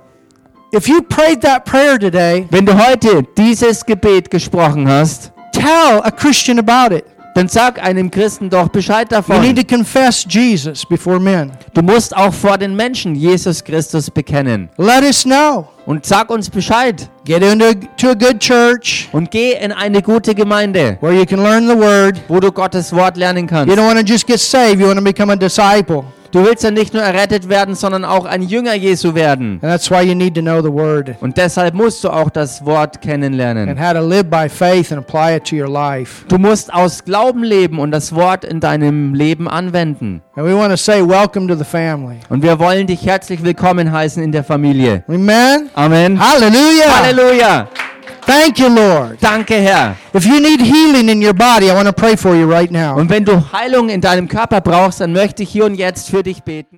If you prayed that prayer today, Wenn du heute dieses Gebet gesprochen hast, tell a Christian about it. dann sag einem Christen doch Bescheid You need davon. to confess Jesus before men. Du musst auch vor den Menschen Jesus Christus bekennen. Let us know. Und sag uns Bescheid. Get into a, to a good church Und geh in eine gute Gemeinde, where you can learn the word. wo du Gottes Wort lernen You kannst. don't want to just get saved, you want to become a disciple. Du willst ja nicht nur errettet werden, sondern auch ein Jünger Jesu werden. And that's why you need to know the word Und deshalb musst du auch das Wort and kennenlernen. how to live by faith and apply it to your life. Du musst aus Glauben leben und das Wort in deinem Leben anwenden. And we want to say, Welcome to the family. Und wir wollen dich herzlich willkommen heißen in der Familie. Amen. Amen. Hallelujah. Halleluja. Thank you, Lord. Danke, Herr. If you need healing in your body, I want to pray for you right now. Und wenn du Heilung in deinem Körper brauchst, dann möchte ich hier und jetzt für dich beten.